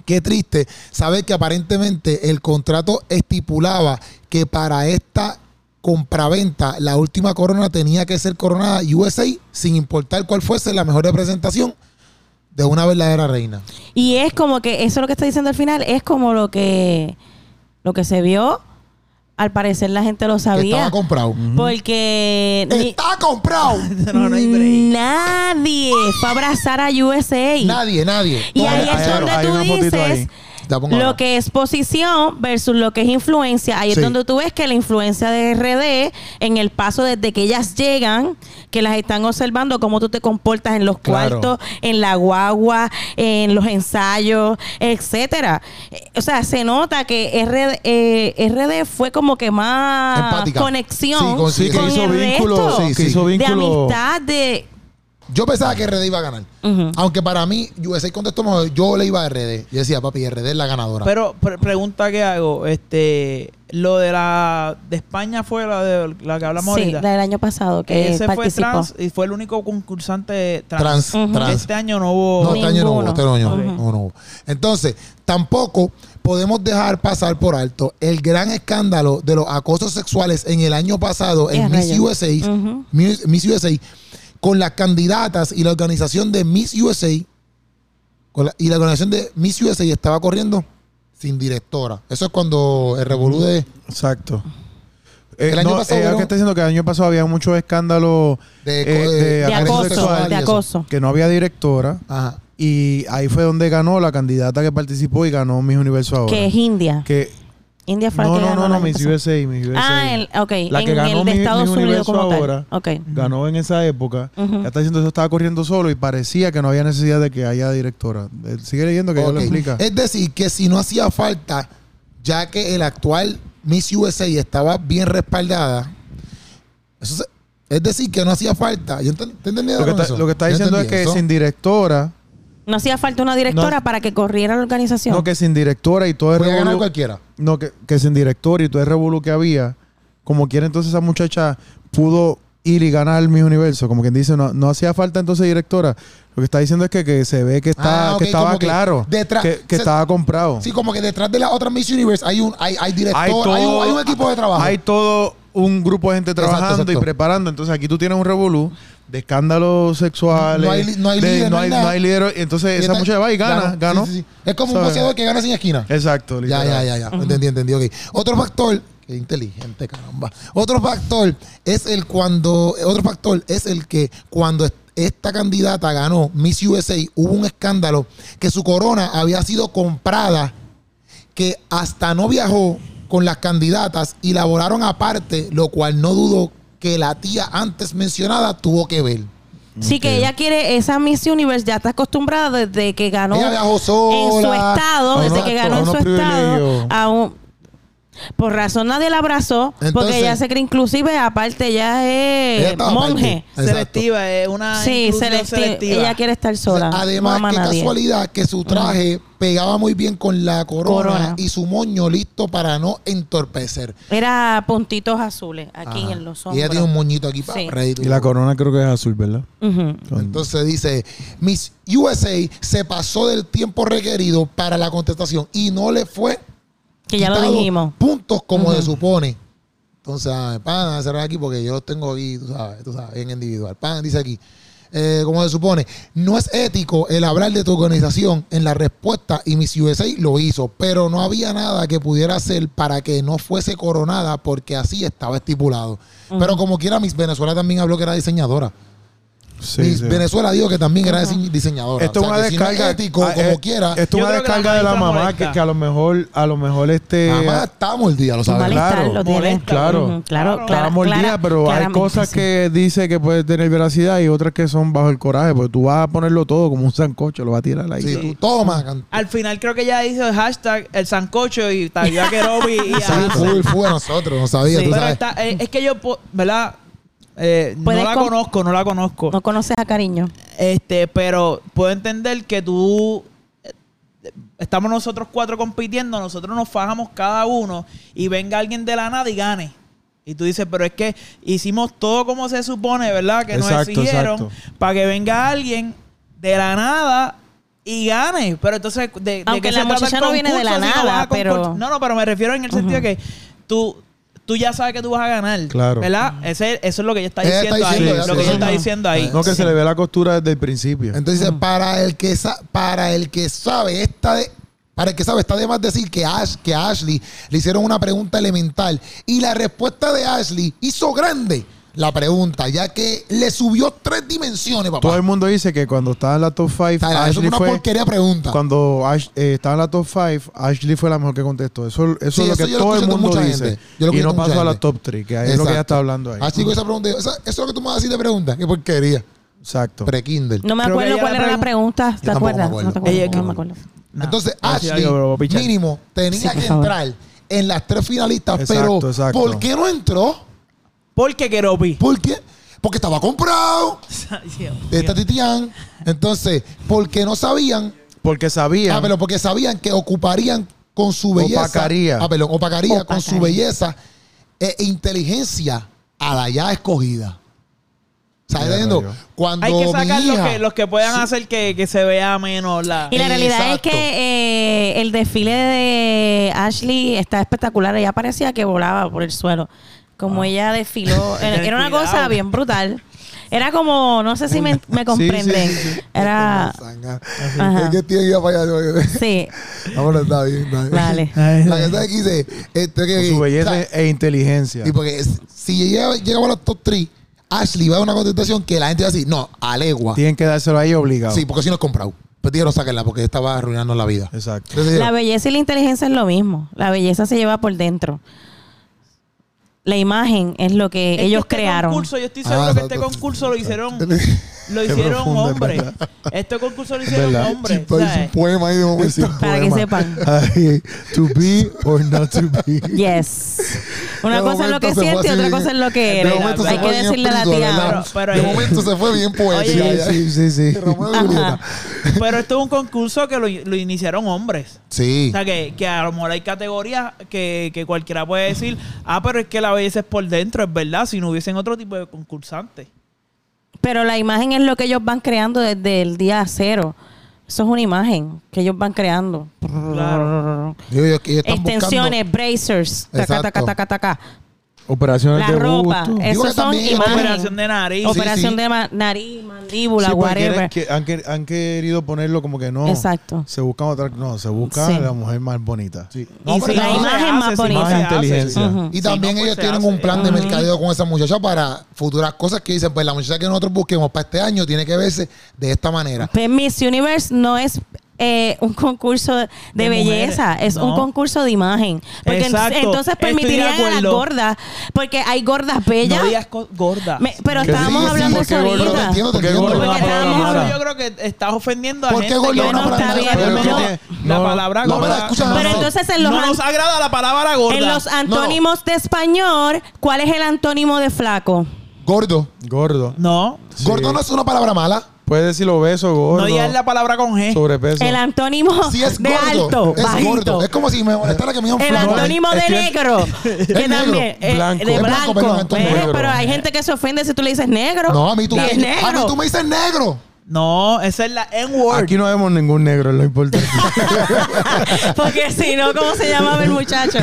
S1: Qué triste saber que aparentemente el contrato estipulaba que para esta compraventa la última corona tenía que ser coronada USA sin importar cuál fuese la mejor representación de una verdadera reina.
S4: Y es como que, eso es lo que está diciendo al final, es como lo que, lo que se vio. Al parecer la gente lo
S1: Que
S4: sabía.
S1: estaba comprado.
S4: Porque ni-
S1: Está comprado.
S3: No, no hay break.
S4: nadie fue a abrazar a USA.
S1: Nadie, nadie.
S4: Y ahí
S2: Hay-
S4: es
S2: hay-
S4: donde
S2: hay
S4: tú
S2: una fotito ahí.
S4: dices
S1: La pongo
S4: lo
S1: ahora.
S4: que es posición versus lo que es influencia. Ahí
S1: Sí.
S4: es donde tú ves que la influencia de RD en el paso desde que ellas llegan, que las están observando cómo tú te comportas en los
S2: Claro.
S4: cuartos, en la guagua, en los ensayos, etcétera. Eh, O sea, se nota que RD, eh, RD fue como que más
S1: Empática.
S4: conexión
S1: Sí, con-
S2: Sí, que
S1: Con
S2: hizo
S4: el
S2: vínculo,
S4: resto
S1: sí,
S2: que
S1: sí.
S2: hizo
S4: de
S2: vínculo
S4: amistad, de
S1: Yo pensaba que RD iba a ganar.
S4: Ujú.
S1: Aunque para mí, USA contestó mejor, yo le iba a RD. Yo decía, papi, RD es la ganadora.
S3: Pero pre- pregunta que hago, este, lo de la de España fue la de la que hablamos
S4: Sí,
S3: ahorita.
S4: del año pasado que
S3: Ese fue
S4: participó.
S3: trans y fue el único concursante trans.
S1: trans,
S4: Ujú.
S1: trans.
S3: Este año no hubo.
S1: No, este año no hubo,
S4: Ninguno.
S1: este año no,
S3: Ok.
S1: no, no hubo. Entonces, tampoco podemos dejar pasar por alto el gran escándalo de los acosos sexuales en el año pasado en
S4: Es
S1: Miss
S4: rayo.
S1: USA,
S4: Ujú.
S1: Miss, Miss USA, con las candidatas y la organización de Miss USA, con la- y la organización de Miss USA estaba corriendo sin directora. Eso es cuando el revolú de...
S2: Exacto. Eh,
S1: El año
S2: no,
S1: pasado
S2: eh,
S1: hubo-
S2: que está diciendo que el año pasado había muchos escándalos
S1: De,
S2: eh, de
S4: De
S2: acoso
S4: acoso,
S2: sexual
S1: y
S4: de
S1: eso.
S4: acoso.
S2: que no había directora
S1: Ajá.
S2: y ahí fue donde ganó la candidata que participó y ganó Miss Universo ahora.
S4: Que es India.
S2: Que-
S4: India fue la
S2: no,
S4: que
S2: no,
S4: ganó
S2: no,
S4: el
S2: no,
S4: año
S2: Miss
S4: pasado.
S2: USA, Miss USA.
S4: Ah, el, ok.
S2: La que
S4: en
S2: ganó
S4: el de
S2: Miss-
S4: Estados
S2: Miss
S4: Unidos
S2: Universo
S4: como
S2: ahora.
S4: tal. Ok.
S2: ganó en esa época.
S4: Ujú.
S2: Ya está diciendo eso estaba corriendo solo y parecía que no había necesidad de que haya directora. Eh, Sigue leyendo que ya lo
S1: Ok. Eh,
S2: explica.
S1: Es decir, que si no hacía falta, ya que el actual Miss USA estaba bien respaldada, eso se- es decir, que no hacía falta. Yo enten- ¿te entendí
S2: Lo que,
S1: con
S2: está,
S1: eso?
S2: lo que está
S1: Yo
S2: diciendo es que
S1: entendí eso.
S2: sin directora,
S4: No hacía falta una directora para que corriera la organización.
S2: no que sin directora y todo el
S1: Podía ganar
S2: revolú-
S1: cualquiera.
S2: no que, que sin directora y todo el revolú que había, como quiera entonces esa muchacha pudo ir y ganar mi universo, como quien dice, no, no hacía falta entonces directora. Lo que está diciendo es que, que se ve que está
S1: Ah, ok,
S2: que estaba
S1: como que
S2: claro,
S1: detrás-
S2: que, que
S1: se-
S2: estaba comprado.
S1: Sí, como que detrás de la otra Miss Universe hay un hay, hay director, hay, un, hay un equipo de trabajo.
S2: Hay todo un grupo de gente
S1: Exacto,
S2: trabajando y
S1: exacto.
S2: preparando. Entonces aquí tú tienes un revolú de escándalos sexuales.
S1: No hay li- no hay
S2: de-
S1: líder,
S2: no
S1: no hay
S2: hay,
S1: nada.
S2: no hay líder. Entonces
S1: Y
S2: esa
S1: está-
S2: muchacha va y gana, ganó.
S1: este Sí, sí, sí. Es como un
S2: ¿Sabes?
S1: boxeador que gana sin esquina.
S2: Exacto,
S1: Ya,
S2: literal.
S1: ya, ya, ya. Entendí, entendí, ok. Otro factor, qué inteligente, caramba. Otro factor es el cuando, otro factor es el que cuando est- esta candidata ganó Miss USA, hubo un escándalo que su corona había sido comprada, que hasta no viajó con las candidatas y la volaron aparte, lo cual no dudo que la tía antes mencionada tuvo que ver.
S4: Sí, que
S2: Ok.
S4: ella quiere esa Miss Universe, ya está acostumbrada desde que ganó
S1: Ella viajó sola.
S4: en su estado,
S2: a
S4: desde
S2: unos-
S4: que
S2: a
S4: ganó en su
S2: unos
S4: estado,
S2: privilegios.
S4: a un- por razón nadie la abrazó,
S1: Entonces-
S4: porque ella se cree inclusive, aparte, ella
S1: Ella
S4: es
S1: estaba aparte.
S4: monje.
S1: Exacto.
S3: Selectiva, es
S2: Ah,
S3: una
S4: Sí,
S3: inclusión
S4: selecti-
S3: selectiva.
S4: ella quiere estar sola.
S1: Además,
S4: no ama
S1: qué
S4: a nadie.
S1: casualidad que su traje pegaba muy bien con la corona,
S4: Corona.
S1: y su moño listo para no entorpecer.
S4: Era puntitos azules aquí
S1: Ajá.
S4: en los
S1: Y
S4: hombros.
S1: ella tiene un moñito aquí para
S4: Sí.
S2: Y la corona creo que es azul, ¿verdad?
S4: Ujú.
S1: Entonces dice, Miss USA se pasó del tiempo requerido para la contestación y no le fue
S4: Que ya lo
S1: quitado
S4: dijimos.
S1: puntos como se supone. Entonces, ah, pan, a cerrar aquí porque yo los tengo aquí, tú sabes, tú sabes, en individual. Pan, dice aquí, eh, como se supone, no es ético el hablar de tu organización en la respuesta y Miss USA lo hizo, pero no había nada que pudiera hacer para que no fuese coronada porque así estaba estipulado. Pero como quiera, Miss Venezuela también habló que era diseñadora.
S2: Sí,
S1: Miss
S2: sí.
S1: Venezuela dijo que también era dise- diseñadora.
S2: Esto
S1: O
S2: es
S1: sea,
S2: una
S1: que si no
S2: descarga.
S1: ético,
S2: ah,
S1: como
S2: eh,
S1: quiera.
S2: Esto es
S3: Yo
S2: una
S3: creo que la
S2: descarga de la
S3: maestra
S2: mamá
S3: molesta.
S2: que, que a lo mejor, a lo mejor este.
S1: Mamá está mordida, lo
S4: Un
S1: sabemos.
S4: malestar
S2: claro,
S4: lo tiene.
S3: molesta,
S2: claro.
S4: Ujú,
S1: Oh,
S4: claro,
S3: Claro.
S4: clara-
S2: Está mordida,
S4: clara-
S2: pero hay
S4: claramente,
S2: cosas
S4: sí.
S2: que dice que puede tener veracidad y otras que son bajo el coraje, porque tú vas a ponerlo todo como un sancocho, lo vas a tirar ahí.
S1: Si tú tomas, can-
S3: Al final creo que ella hizo el hashtag el sancocho y Tavia Kerobi y
S1: Sí,
S3: Aranza.
S1: full, full a nosotros, no sabía,
S4: Sí.
S1: tú
S3: Pero
S1: sabes.
S3: está, eh, es que yo, po- ¿verdad? Eh, no
S4: Puedes
S3: la
S4: con-
S3: conozco, no la conozco.
S4: No conoces a cariño.
S3: Este, pero puedo entender que tú eh, estamos nosotros cuatro compitiendo, nosotros nos fajamos cada uno y venga alguien de la nada y gane. Y tú dices, pero es que hicimos todo como se supone, ¿verdad? Que nos
S2: Exacto,
S3: exigieron
S2: exacto.
S3: para que venga alguien de la nada y gane. Pero entonces, ¿de- ¿de,
S4: Aunque
S3: qué
S4: la
S3: se trata el
S4: muchacha no viene de
S3: concurso
S4: la
S3: si no
S4: nada,
S3: vas a
S4: pero-
S3: concurso? No, no, pero me refiero en el sentido de que tú, tú ya sabes que tú vas a ganar.
S2: Claro.
S3: ¿Verdad? Ese, eso es lo que ella está
S1: Ella
S3: diciendo
S1: está
S3: ahí.
S2: diciendo,
S3: lo
S2: sí,
S3: que
S2: sí,
S3: ella
S2: sí.
S3: está diciendo ahí.
S2: No, que se le ve la costura desde el principio.
S1: Entonces, para el que sa- para el que sabe, esta de- para el que sabe, está de más decir que, Ash, que a Ashley le hicieron una pregunta elemental y la respuesta de Ashley hizo grande la pregunta, ya que le subió tres dimensiones,
S2: Todo
S1: papá.
S2: el mundo dice que cuando estaba en la top 5,
S1: Tara, eso es
S2: Ashley
S1: una
S2: fue.
S1: porquería pregunta.
S2: Cuando Ash- eh, estaba en la top 5, Ashley fue la mejor que contestó. Eso, eso
S1: Sí,
S2: es lo
S1: eso
S2: que
S1: yo
S2: todo el
S1: escucho de
S2: mundo
S1: mucha
S2: dice.
S1: gente. Yo lo
S2: Y
S1: escucho
S2: no
S1: de mucha
S2: pasó a la
S1: gente.
S2: top 3, que es lo que ella está
S1: Exacto.
S2: hablando ahí.
S1: Ashley con esa pregunta, eso, eso es lo que tú me vas a decir de pregunta. Qué porquería.
S2: Exacto.
S1: Pre-Kindle.
S4: No
S3: Creo
S4: me
S3: que
S4: acuerdo
S3: ella
S4: cuál
S3: le
S4: era la pregunta. ¿Te
S1: Yo tampoco me
S4: acuerdas?
S1: acuerdo.
S4: No te acuerdas.
S3: Ella-
S4: no me acuerdo.
S3: No.
S1: Entonces,
S3: Voy a decir
S1: Ashley,
S3: algo, pero voy a pichar.
S1: mínimo,
S4: Sí,
S1: tenía
S4: por
S1: que
S4: favor.
S1: entrar en las tres finalistas,
S2: Exacto,
S1: pero
S2: exacto.
S1: ¿por qué no entró?
S3: ¿Por qué Keropi?
S1: ¿Por qué? Porque estaba comprado. de esta Titian. Entonces, porque no sabían,
S2: Porque sabía.
S1: ah, pero porque sabían que ocuparían con su belleza.
S2: Opacaría.
S1: Ah, perdón, opacaría,
S4: Opacaría.
S1: con su belleza e inteligencia a la ya escogida. ¿Sabes?
S2: Mira,
S1: Entiendo?
S2: rayo.
S1: Cuando
S3: Hay que sacar
S1: mi
S3: los
S1: hija-
S3: que, los que puedan hacer que, que se vea menos la...
S4: Y la realidad es
S1: Exacto.
S4: que eh, el desfile de Ashley está espectacular. Ella parecía que volaba por el suelo. Como ella desfiló. Era era una
S3: Cuidado.
S4: cosa bien brutal. Era como, no sé si me, me comprenden.
S2: sí, sí.
S4: Era.
S1: Sanga.
S4: Ajá.
S1: Es que tiene que ir para allá.
S4: Sí,
S1: Ahora Ah, está bien. Está bien.
S4: vale.
S1: La que está aquí dice, este, que,
S2: con su belleza
S1: o sea,
S2: e inteligencia.
S1: Y porque es- si llega, llegamos a los top 3, Ashley va a una contestación que la gente va a decir, no, alegua.
S2: Tienen que dárselo ahí obligado.
S1: Sí, porque si no es comprado. Pues dijeron sacarla porque estaba arruinando la vida.
S2: Exacto.
S1: Entonces,
S4: La belleza y la inteligencia es lo mismo. La belleza se lleva por dentro. La imagen es lo que
S3: Es que
S4: ellos
S3: este
S4: crearon.
S3: concurso, yo estoy seguro
S1: Ah,
S3: que este
S1: exacto.
S3: concurso lo hicieron, lo
S2: Qué
S3: hicieron
S2: profundo, es
S3: hombres.
S2: verdad.
S3: Este concurso lo hicieron
S2: verdad.
S3: hombres.
S1: Chimpa, hizo
S3: ¿sabes?
S1: un poema ahí de momento.
S4: Para que sepan.
S2: Ay, to be or not to be.
S4: Yes. Una
S1: De
S4: cosa es lo
S1: momento
S4: que
S1: se fue
S4: siente
S1: así
S4: y otra
S1: bien-
S4: cosa es lo
S1: de
S4: que eres.
S1: momento se
S4: Hay
S1: fue
S4: que
S1: bien
S4: decirle a la
S1: espiritual,
S4: tía.
S1: ¿verdad?
S3: Pero-
S1: de
S3: pero-
S1: momento se fue bien
S2: Sí,
S1: poética.
S3: Oye,
S1: ya.
S2: sí, sí, sí.
S1: Romeo y
S4: Ajá.
S1: Julieta.
S3: Pero esto es un concurso que lo, lo iniciaron hombres. O
S1: Sí.
S3: sea, que, que a lo mejor hay categorías que, que cualquiera puede decir, ah, pero es que la belleza es por dentro, es verdad, si no hubiesen otro tipo de concursantes.
S4: Pero la imagen es lo que ellos van creando desde el día cero. Eso es una imagen que ellos van creando.
S3: Claro.
S1: Yo- yo- ellos están buscando-
S4: Extensiones, bracers, taca,
S1: Exacto.
S4: taca, taca, taca.
S2: Operaciones
S4: La
S2: de
S4: ropa.
S2: busto.
S1: Digo que
S4: Eso son
S1: también ellos
S4: imágenes.
S3: Operación de nariz.
S4: Ah. Operación
S1: sí.
S4: de ma- nariz, mandíbula,
S2: Sí, porque quieren-
S4: whatever.
S2: que- han, quer- han querido ponerlo como que no.
S4: Exacto.
S2: Se buscan otra. No, se busca
S4: Sí.
S2: la mujer más bonita.
S1: No,
S4: Y
S1: pero
S4: si la
S1: no,
S3: se
S4: imagen
S3: hace,
S4: más
S3: si no se
S4: bonita.
S2: Más
S3: hace.
S2: inteligencia.
S4: Ujú.
S1: Y
S3: Si
S1: también
S3: no, pues
S1: ellos
S3: se
S1: tienen
S3: hace.
S1: un plan de
S3: Ujú.
S1: mercadeo con esa muchacha para futuras cosas que dicen, pues la muchacha que nosotros busquemos para este año tiene que verse de esta manera.
S4: Pues Miss Universe no es eh, un concurso de,
S3: De
S4: belleza,
S3: mujeres,
S4: es un
S3: no.
S4: concurso de imagen. Porque en-
S3: Exacto,
S4: entonces
S3: estoy de
S4: permitirían a las
S3: acuerdo.
S4: gordas, porque hay gordas bellas.
S3: No digas co- gorda.
S4: Me- pero
S1: Que
S4: estábamos
S1: sí, sí,
S4: hablando
S1: porque
S4: eso
S1: gordo, te
S4: ahorita.
S1: entiendo, te
S2: Porque
S1: entiendo.
S2: gordo
S4: Porque
S3: Pero
S4: estábamos
S3: eso
S4: hablando-
S3: yo creo que estás ofendiendo a
S1: ¿Por qué
S3: gente
S1: gordo
S3: que
S4: una
S3: no-
S4: palabra?
S3: está bien,
S4: Pero
S3: pero
S4: no-
S3: la
S2: no-
S3: palabra
S1: no,
S3: gorda.
S1: pero escucha,
S4: Pero
S1: no.
S4: entonces en los,
S3: no
S4: an-
S3: nos agrada la palabra gorda.
S4: en los antónimos de español, ¿cuál es el antónimo de flaco?
S1: Gordo.
S2: Gordo.
S3: No.
S2: Sí.
S1: Gordo no es una palabra mala.
S2: Puedes decir obeso, gordo.
S3: No digas la palabra con G.
S2: sobrepeso.
S4: El antónimo
S1: Si es
S4: de
S1: gordo,
S4: alto,
S1: es
S4: bajito.
S1: gordo. Es como si me molestara que me digan
S4: El
S1: flaco.
S4: antónimo de
S2: Estoy en-
S4: negro. Que
S1: negro,
S4: también. eh,
S2: blanco.
S4: De
S2: Es
S1: blanco,
S4: blanco.
S1: perdón, entonces
S4: ¿Ves?
S2: negro.
S4: Pero hay gente que se ofende si tú le dices negro.
S1: No, a mí tú,
S4: Y
S1: me-
S4: es negro.
S1: a mí tú me dices negro.
S3: No, esa es la N-word.
S2: Aquí no vemos ningún negro, es lo importante.
S4: Porque si no, ¿cómo se llamaba el muchacho?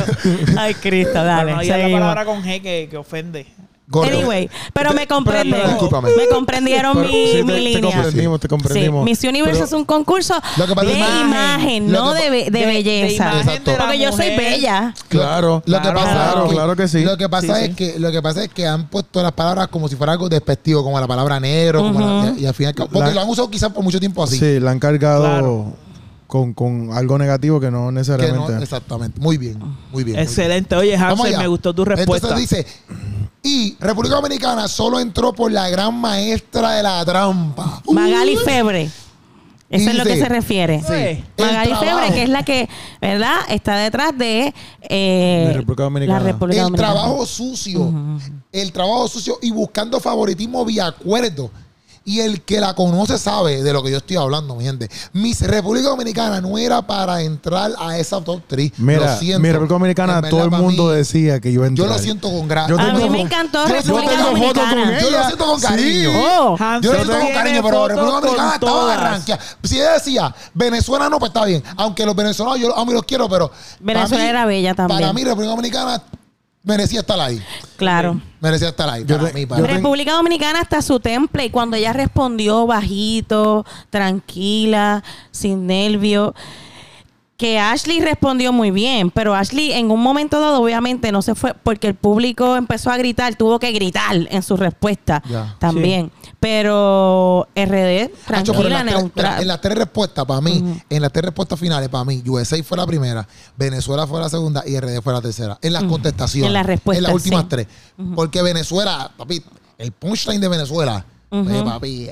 S4: Ay, Cristo, dale.
S3: Pero no digas la
S4: seguimos.
S3: palabra con G que, que ofende.
S1: Gordo.
S4: Anyway, pero me comprenden.
S3: Pero no.
S1: Discúlpame.
S4: Me comprendieron
S2: Pero
S4: mi,
S2: sí, te,
S4: mi
S2: te
S4: línea.
S2: comprendimos, te comprendimos.
S4: Sí, Miss Universe
S2: Pero
S4: es un concurso
S1: Lo que pasa
S4: de
S1: es que-
S4: imagen,
S1: Lo
S4: no
S1: que pa-
S4: de, be- de
S3: de
S4: belleza.
S3: imagen
S1: Exacto. de
S3: la
S4: Porque yo soy
S3: mujer.
S4: bella.
S2: Claro,
S1: Lo que
S3: Claro,
S1: pasa
S2: claro,
S1: es que,
S2: claro que sí.
S1: Lo que pasa
S3: Sí,
S1: es
S3: sí.
S1: que lo que pasa es que han puesto las palabras como si fuera algo despectivo, como la palabra negro, como la- y, y al final porque
S2: La-
S1: lo han usado quizás por mucho tiempo así.
S2: Sí, la han cargado
S3: Claro.
S2: con, con algo negativo que no
S1: Que no-
S2: necesariamente.
S1: exactamente. Muy bien, muy bien. muy bien.
S3: Excelente. Oye,
S1: Vamos
S3: Hansel,
S1: allá.
S3: me gustó tu respuesta.
S1: Entonces dice, y República Dominicana solo entró por la gran maestra de la trampa.
S4: Magali Febre. Eso es lo que
S1: Dice-
S4: se refiere.
S3: Sí.
S1: El
S4: Magali
S1: trabajo.
S4: Febre, que es la que, ¿verdad? Está detrás de, eh,
S2: De República Dominicana.
S4: la República
S1: el
S4: Dominicana.
S1: trabajo sucio. El trabajo sucio y buscando favoritismo vía acuerdo. Y el que la conoce sabe de lo que yo estoy hablando, mi gente. Miss República Dominicana no era para entrar a esa top 3.
S2: Mira,
S1: lo siento.
S2: mi República
S1: En
S2: Dominicana,
S1: verdad,
S2: todo el
S1: para
S2: mundo
S1: mí,
S2: decía que yo
S1: Yo
S2: entré.
S1: lo siento con gracia.
S2: Yo
S4: A mí
S2: tengo-
S4: me encantó
S1: yo
S4: República
S1: tengo
S2: foto con
S4: Dominicana.
S1: Yo lo
S2: ella.
S1: siento con
S2: Sí.
S1: cariño.
S4: Oh,
S1: Yo lo siento
S3: Hansel
S1: con cariño,
S3: tiene
S1: pero
S3: fotos
S1: República
S3: con
S1: Dominicana estaba
S3: todas.
S1: arranqueada. Si ella decía, Venezuela no, pues está bien. Aunque los venezolanos, yo a mí los quiero, pero.
S4: Venezuela
S1: para mí-
S4: era bella también.
S1: Para mí, República Dominicana merecía estar ahí.
S4: Claro.
S1: Merecía estar ahí.
S2: Yo
S1: Para
S2: te-
S1: mí, para
S2: yo
S1: mí.
S2: te-
S4: República Dominicana hasta su temple y cuando ella respondió bajito, tranquila, sin nervio, que Ashley respondió muy bien, pero Ashley en un momento dado obviamente no se fue porque el público empezó a gritar, tuvo que gritar en su respuesta
S1: Ya.
S4: también, pero RD
S1: Hacho, pero en
S4: tranquila,
S1: las tres-
S4: neutral.
S1: En las tres respuestas, para mí, en las tres respuestas finales, para mí, USA fue la primera, Venezuela fue la segunda y RD fue la tercera. En las contestaciones.
S4: En las respuestas,
S1: En las últimas
S4: sí.
S1: tres. Porque Venezuela, papi, el punchline de Venezuela. oye, papi,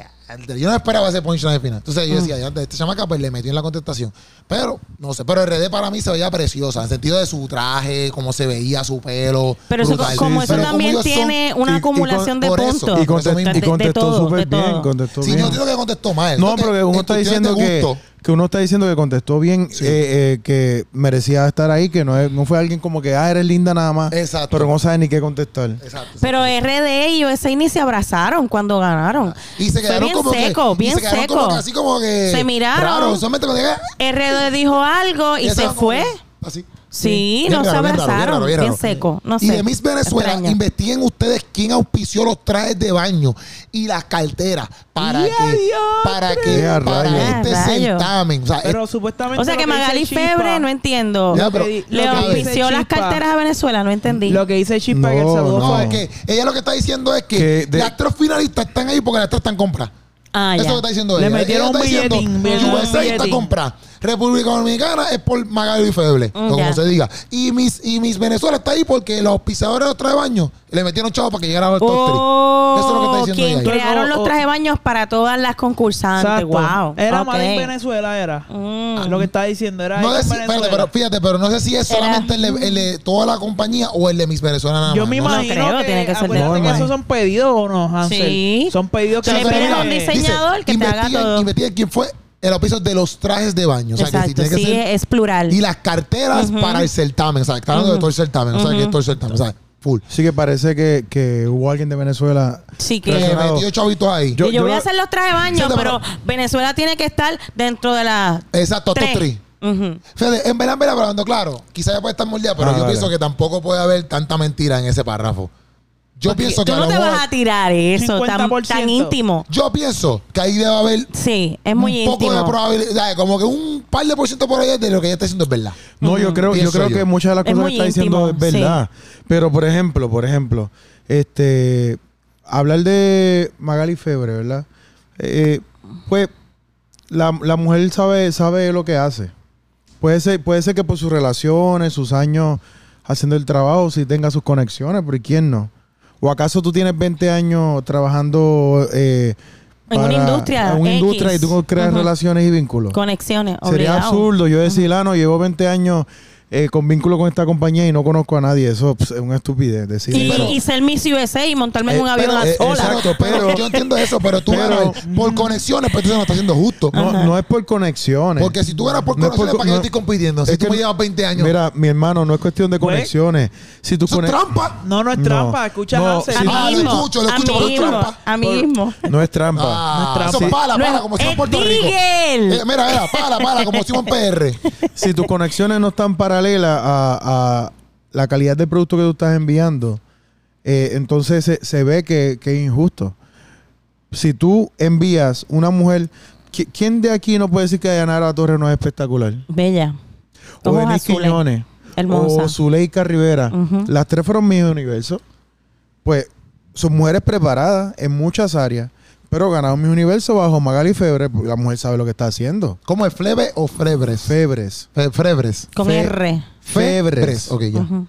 S1: Yo no esperaba ese punchline al final. Entonces yo decía, ya, esta chamaca pues le metió en la contestación. Pero, no sé, pero RD para mí se veía preciosa, en el sentido de su traje, cómo se veía, su pelo.
S4: Pero eso,
S1: brutal.
S4: como
S1: Sí,
S4: eso
S1: pero como
S4: también
S1: ellos son-
S4: tiene una
S2: y- y con-
S4: acumulación de
S1: por eso,
S4: puntos.
S2: Y
S1: eso mismo.
S2: contestó, y
S4: De- de
S2: contestó
S4: todo,
S2: súper
S4: de
S2: bien.
S4: todo.
S2: Contestó
S1: Sí,
S2: bien.
S1: no digo que contestó mal.
S2: No,
S1: Creo
S2: pero que
S1: en
S2: uno está
S1: cuestión de
S2: diciendo que,
S1: gusto,
S2: que uno está diciendo que contestó bien,
S1: Sí.
S2: eh, eh, que merecía estar ahí, que no, es- no fue alguien como que, ah, eres linda nada más,
S1: Exacto.
S2: pero no sabe ni qué contestar.
S1: Exacto.
S4: Pero RD y USA ni se abrazaron cuando ganaron.
S1: y se
S4: Fue
S1: quedaron
S4: bien
S1: como
S4: seco,
S1: que, y
S4: bien
S1: se quedaron
S4: seco.
S1: como que así como que
S4: Se miraron.
S1: Claro, solamente cuando llegué,
S4: RD dijo algo y
S1: ya
S4: se
S1: estaban como
S4: fue.
S1: que Así.
S4: Sí,
S1: Bien
S4: no se
S1: raro, bien raro, bien
S4: abrazaron.
S1: raro, bien
S4: Bien,
S1: raro.
S4: seco. No
S1: y
S4: sé.
S1: de Miss Venezuela,
S4: Extraña.
S1: investiguen ustedes quién auspició los trajes de baño y las carteras para
S3: ¡Ya,
S1: que
S3: diantre!
S1: para que
S2: ¡Ya,
S1: para
S2: rayos!
S1: este
S4: ¡Ya, rayos!
S1: certamen. O sea,
S3: Pero
S1: es-
S3: supuestamente.
S4: O sea
S3: lo
S4: que
S3: dice
S4: Magali
S3: Chispa-
S4: Febre, no entiendo.
S1: eh, Ya, pero-
S3: lo que di-
S4: Le
S3: lo que dice
S4: auspició las
S3: Chispa-
S4: carteras a Venezuela, no entendí.
S3: Lo que dice Chispa que el
S2: No,
S3: saludo
S2: no.
S1: no,
S3: fue-
S1: es que ella lo que está diciendo es que,
S2: Que de-
S1: las tres finalistas están ahí porque las tres están compradas.
S4: Ah,
S1: Eso
S4: ya.
S1: lo está diciendo
S3: Le
S1: ella.
S3: metieron
S1: Ella
S3: un
S1: está diciendo,
S3: billetín, bien, un
S1: USA está
S3: billetín.
S1: comprada. República Dominicana es por Magali Feble,
S4: Mm,
S1: o como
S4: ya.
S1: se diga. Y Miss, y Miss Venezuela está ahí porque los pisadores de los trajes de baño le metieron chavo para que llegara al top
S4: Oh,
S1: three. Eso es lo que está diciendo
S4: quien
S1: ella. ahí.
S4: crearon los
S3: Oh, oh.
S4: trajes de baños para todas las concursantes.
S3: Exacto.
S4: Wow.
S3: Era
S4: Ok.
S3: más en Venezuela, era.
S4: Mm.
S3: Lo que está diciendo era.
S1: Ah, No
S3: ahí
S1: sé
S3: en
S1: si-
S3: Venezuela.
S1: espérate, pero fíjate, pero no sé si es
S4: Era-
S1: solamente el de, el de toda la compañía o el de Miss Venezuela nada
S3: Yo
S1: más,
S3: me
S1: no sé.
S3: imagino
S4: creo,
S3: que,
S4: tiene que ser de-
S3: acuérdate
S2: No,
S3: que
S2: imagino.
S3: esos son pedidos o no, Hansel.
S4: Sí.
S3: Son pedidos que
S4: Se le
S3: hacen-
S4: piden a un
S3: eh,
S4: diseñador. que te haga
S1: investiga-
S4: todo.
S1: investiga quién fue el auspicio de los trajes de baño. O sea, que si
S4: Exacto,
S1: tiene que
S4: sí,
S1: ser-
S4: es plural.
S1: y las carteras para el certamen. O sea, está hablando de todo el certamen. O sea, que es todo el certamen. O sea, full.
S2: Así que parece que, que hubo alguien de Venezuela.
S4: Sí,
S1: Que
S4: que.
S2: Pero-
S1: metió chavitos ahí.
S4: Y
S2: Yo-
S4: yo, voy
S2: yo-
S4: a hacer los trajes de baño,
S1: Sí, pero-
S4: pero Venezuela tiene que estar dentro de la.
S1: Exacto, top
S4: tres.
S1: three.
S4: Ujú.
S1: Fíjate, en verdad, en verdad, pero hablando claro, quizás ya puede estar moldeada, pero
S2: Ah,
S1: yo
S2: vale.
S1: pienso que tampoco puede haber tanta mentira en ese párrafo. Yo pienso que
S4: Tú
S1: a
S4: no
S1: lo
S4: te
S1: mejor-
S4: vas a tirar eso tan,
S3: 50%.
S4: tan íntimo.
S1: yo pienso que ahí debe haber
S4: Sí, es
S1: un
S4: muy
S1: poco de
S4: íntimo.
S1: probabilidad, como que un par de por ciento por ahí de lo que ella está diciendo es verdad.
S2: No, yo creo, yo
S1: Pienso
S2: creo
S1: yo.
S2: que muchas de las
S4: Es
S2: cosas que
S4: muy
S2: está diciendo es
S4: íntimo,
S2: verdad. Pero por ejemplo, por ejemplo, este hablar de Magali Febre, ¿verdad? Eh, pues la, la mujer sabe, sabe lo que hace. Puede ser, puede ser que por sus relaciones, sus años haciendo el trabajo, si tenga sus conexiones, pero ¿y quién no? ¿O acaso tú tienes 20 años trabajando eh,
S4: En una industria
S2: en una
S4: X?
S2: industria y tú creas
S4: Ujú.
S2: relaciones y vínculos?
S4: Conexiones,
S2: Sería
S4: obligado.
S2: absurdo yo decir, ah, no, llevo 20 años eh, con vínculo con esta compañía y no conozco a nadie. Eso pf, es una estupidez decir
S4: Y,
S2: eso.
S4: y ser Miss USA y montarme en
S2: Eh,
S4: un avión
S2: pero,
S4: a
S2: eh,
S4: sola.
S2: exacto,
S1: pero
S2: pero-
S1: yo entiendo eso, pero tú
S2: pero-
S1: ganas por conexiones, pues entonces no está siendo justo.
S2: no, no es por conexiones.
S1: Porque si tú ganas por
S2: No es
S1: conexiones,
S2: por-
S1: ¿para qué yo
S2: no-
S1: estoy compitiendo? Si
S2: es
S1: tú
S2: que
S1: me
S2: no-
S1: llevas 20 años. Pues,
S2: Mira, mi hermano, no es cuestión de
S3: Güey.
S2: conexiones. Si tú
S1: eso es
S2: pones...
S1: trampa.
S3: No, no es
S2: No.
S3: trampa. Escucha,
S2: No,
S3: Hansel.
S4: a mí
S1: Ah, lo
S4: mismo,
S1: escucho, lo
S4: a
S1: escucho,
S4: mí
S1: pero es
S4: mismo,
S1: trampa.
S4: a mí mismo.
S2: No es trampa.
S1: Ah,
S3: No es
S1: eso es
S3: trampa.
S1: pala,
S4: No
S1: pala,
S4: es-
S1: como si en
S4: es
S1: Puerto Rico.
S4: Digel.
S1: Eh, mira, mira, pala, pala, como si en PR.
S2: si tus conexiones no están paralelas a, a la calidad del producto que tú estás enviando, eh, entonces se, se ve que, que es injusto. Si tú envías una mujer, ¿qui- ¿quién de aquí no puede decir que Dayanara Torres no es espectacular?
S4: Bella.
S2: O
S4: Ojos
S2: Denis
S4: azules.
S2: Quiñones.
S4: Hermosa.
S2: O Zuleika Rivera.
S4: Ujú.
S2: Las tres fueron mis universo. Pues son mujeres preparadas en muchas áreas. Pero ganaron mis universo bajo Magali Febre. porque La mujer sabe lo que está haciendo.
S1: ¿Cómo es Flebe o Frebres?
S2: Febres.
S1: Fe- Frebres.
S4: Con
S2: Fe-
S4: R.
S2: Febres.
S1: Ok, ya.
S4: Ujú.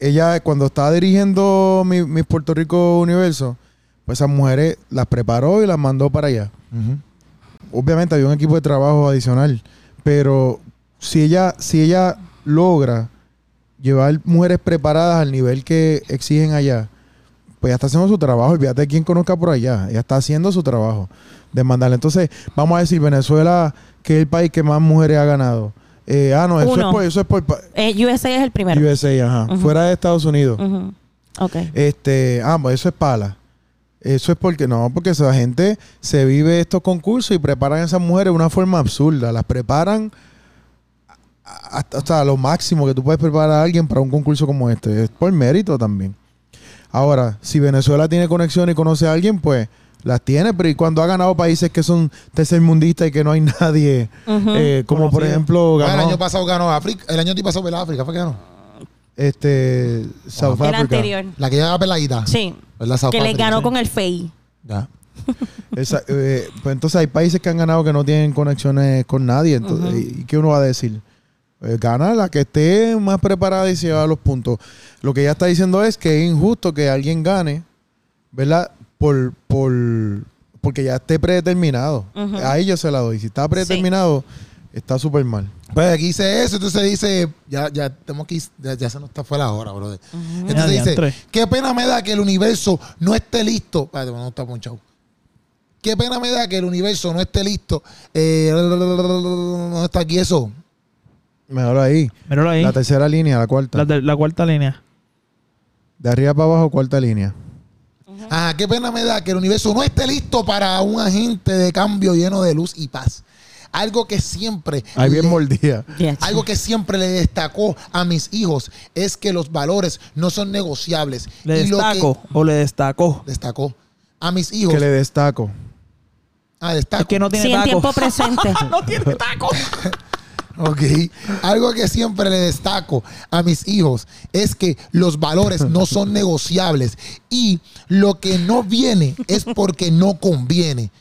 S2: ella cuando estaba dirigiendo mi, mi Puerto Rico Universo, pues esas mujeres las preparó y las mandó para allá.
S1: Ujú.
S2: Obviamente había un equipo de trabajo adicional, pero si ella, si ella logra llevar mujeres preparadas al nivel que exigen allá, pues ella está haciendo su trabajo, olvídate de quién conozca por allá, ella está haciendo su trabajo de mandarle. Entonces, vamos a decir, Venezuela, que es el país que más mujeres ha ganado. Eh, ah, no, eso
S4: Uno.
S2: es por, eso es por pa-
S4: Eh, USA es el primero.
S2: USA, ajá,
S4: Ujú.
S2: fuera de Estados Unidos.
S4: Ujú. Ok.
S2: Este, ah, pues eso es pala. Eso es porque no, porque esa gente se vive estos concursos y preparan a esas mujeres de una forma absurda. Las preparan a- hasta, hasta lo máximo que tú puedes preparar a alguien para un concurso como este. Es por mérito también. Ahora, si Venezuela tiene conexión y conoce a alguien, pues las tiene, pero y cuando ha ganado países que son tercermundistas y que no hay nadie,
S4: Ujú.
S2: eh, como por
S3: Conocido.
S2: ejemplo
S1: Ah, el año
S2: ganó
S1: pasado ganó África. El año pasado ganó África. ¿Fue que ganó?
S2: este South
S4: el
S2: Africa.
S4: anterior.
S1: La que llevaba peladita.
S4: Sí.
S1: ¿Verdad? South
S4: Que le
S1: Africa.
S4: ganó con el FEI.
S1: Ya.
S2: Esa- eh, pues entonces hay países que han ganado que no tienen conexiones con nadie. Entonces, ¿Y qué uno va a decir? Eh, gana la que esté más preparada y se lleva los puntos. Lo que ella está diciendo es que es injusto que alguien gane, ¿verdad? Por, por, porque ya esté predeterminado.
S4: Ujú.
S2: Ahí yo se la doy. Si está predeterminado, está súper mal.
S1: Pues aquí dice eso, entonces dice, ya, ya tenemos que ir- ya, ya se nos está fue la hora, brother.
S3: Ya,
S1: Entonces
S3: diantre.
S1: dice, qué pena me da que el universo no esté listo. Espérate, no está ponchado. Qué pena me da que el universo no esté listo. Eh, no está aquí eso.
S2: Mejor ahí.
S3: Míralo ahí.
S2: La
S3: La,
S2: tercera línea, la cuarta.
S3: ter- la cuarta línea.
S2: de arriba para abajo, cuarta línea.
S1: Ah, qué pena me da que el universo no esté listo para un agente de cambio lleno de luz y paz. Algo que siempre
S2: Ahí bien
S1: le-
S2: mordida.
S4: Ya, chico.
S1: Algo que siempre le destacó a mis hijos es que los valores no son negociables.
S3: Le
S1: Y lo que-
S3: destaco o le destacó.
S1: destacó a mis hijos.
S2: Que le destaco.
S1: Ah,
S3: Es
S1: destaco.
S3: que no tiene
S4: Sí, en
S3: taco.
S4: tiempo presente.
S3: no tiene taco.
S1: Ok. Algo que siempre le destaco a mis hijos es que los valores no son negociables y lo que no viene es porque no conviene.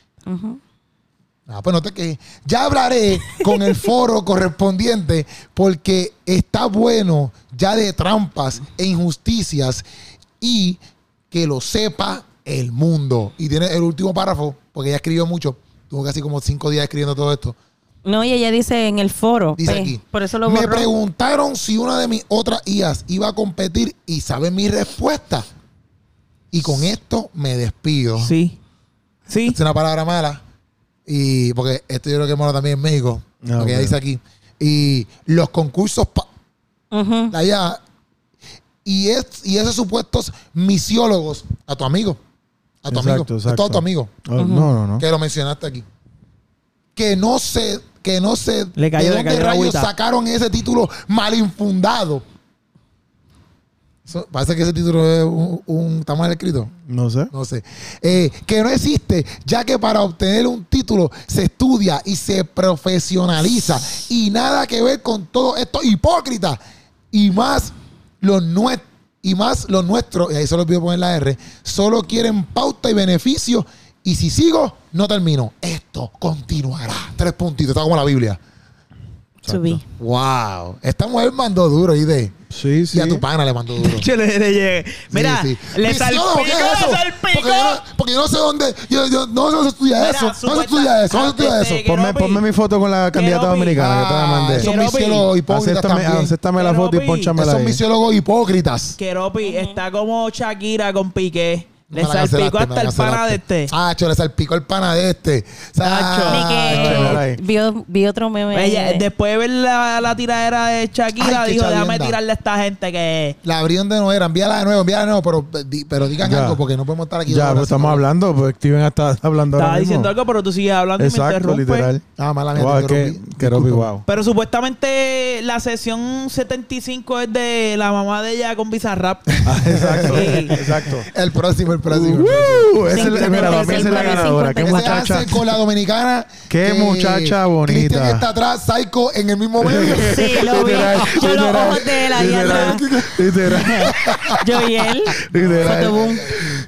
S1: Ah, pues no te quejes. Ya hablaré con el foro correspondiente porque está bueno ya de trampas e injusticias y que lo sepa el mundo. Y tiene el último párrafo, porque ella escribió mucho. Tuvo casi como cinco días escribiendo todo esto.
S4: No, y ella dice en el foro.
S1: Dice
S4: pues,
S1: aquí.
S4: Por eso lo
S1: me
S4: borró.
S1: preguntaron si una de mis otras IAs iba a competir y saben mi respuesta. Y con esto me despido.
S3: Sí. Sí.
S1: Es una palabra mala. Y porque esto yo creo que es malo también en México.
S2: Ah,
S1: lo que ella
S2: ok.
S1: dice aquí. Y los concursos pa-
S4: Ujú.
S1: la IA y, es, y esos supuestos misiólogos a tu amigo. A tu amigo.
S2: Exacto,
S1: A todo
S2: exacto.
S1: tu amigo.
S2: Oh, No, no, no.
S1: Que lo mencionaste aquí. Que no sé, que no sé
S3: Le cayó-
S1: de
S3: le
S1: dónde
S3: cayó la
S1: rayos
S3: agüita.
S1: sacaron ese título mal infundado. Eso- parece que ese título es un, un- está mal escrito.
S2: No sé.
S1: No sé. Eh, que no existe, ya que para obtener un título se estudia y se profesionaliza. Y nada que ver con todo esto hipócrita. Y más los nuestros. Y más los nuestros, y ahí solo pido poner la R, solo quieren pauta y beneficio. Y si sigo, no termino. Esto continuará. Tres puntitos, está como la Biblia.
S4: To be.
S1: ¡Wow! Esta mujer mandó duro, ¿y
S2: Sí, sí.
S1: Y a tu pana le mandó duro.
S3: Che, le- le llegué. Mira,
S1: Sí, sí.
S3: le
S1: Misiólogo,
S3: salpicó,
S1: ¿qué es eso?
S3: le
S1: Porque
S3: salpicó.
S1: yo, no- porque yo no sé dónde. Yo, yo- no, no se estudia
S3: Mira,
S1: eso. No se
S3: supuesta-
S1: estudia eso. No se estudia
S3: antes
S1: eso.
S3: de que-
S2: Ponme,
S3: Quiero
S2: ponme
S3: pi.
S2: mi foto con la candidata
S3: pi.
S2: dominicana que te la
S1: Ah,
S2: mandé.
S1: Son
S3: Quiero
S1: misiólogos hipócritas
S2: Acéptame,
S1: también.
S2: acéptame la
S3: Quiero
S2: foto y
S3: pi.
S2: ponchamela
S1: Esos
S2: ahí.
S1: misiólogos hipócritas.
S3: Keropi está como Shakira con Piqué.
S1: Me
S3: Le
S1: la cancelaste,
S3: salpicó
S1: me la
S3: hasta el pana de
S1: cancelaste.
S3: este.
S1: Chacho, le salpicó el pana de este. Chacho.
S4: Ni
S2: Chacho,
S4: que
S2: ahí.
S4: vio- vi otro meme.
S3: Pues Ella,
S4: de-
S3: después de ver la, la tiradera de Shakira,
S1: Ay, qué
S3: dijo, déjame
S1: chavienda".
S3: tirarle a esta gente que...
S1: La abrieron de nuevo. Envíala de nuevo, envíala de nuevo. Pero, di- pero digan
S2: Ya.
S1: algo porque no podemos estar aquí. dos
S2: Ya,
S1: horas
S2: pues estamos
S1: sin-
S2: hablando, pues Steven está hablando
S3: Estaba
S2: ahora mismo.
S3: diciendo algo, pero tú sigues hablando y me
S2: Exacto,
S3: interrumpes.
S2: literal.
S1: Ah, mala mía.
S2: Wow, es
S1: te
S2: que
S1: interrumpí.
S2: que Ropi,
S1: Disculpa.
S2: wow.
S3: Pero supuestamente la sesión 75 es de la mamá de ella con Bizarrap.
S1: Ah,
S2: Exacto,
S3: Sí.
S2: exacto.
S1: El próximo, el próximo. el próximo.
S2: Uh, esa es la-
S4: Cincuenta y
S2: mira, para mí
S4: seis,
S2: esa es la
S4: cincuenta y
S2: ganadora.
S4: cinco.
S2: Qué
S4: Ese
S1: Ese
S2: muchacha.
S1: Hansel con la dominicana.
S2: Qué
S1: que
S2: muchacha bonita.
S1: Cristian está atrás, Psycho en el mismo medio.
S4: Sí, lo vi.
S2: Literal,
S4: Yo los
S2: literal,
S4: ojos de él ahí
S2: literal,
S4: atrás.
S2: Literal.
S4: Yo y él.
S2: Literal.
S4: Fotoboom.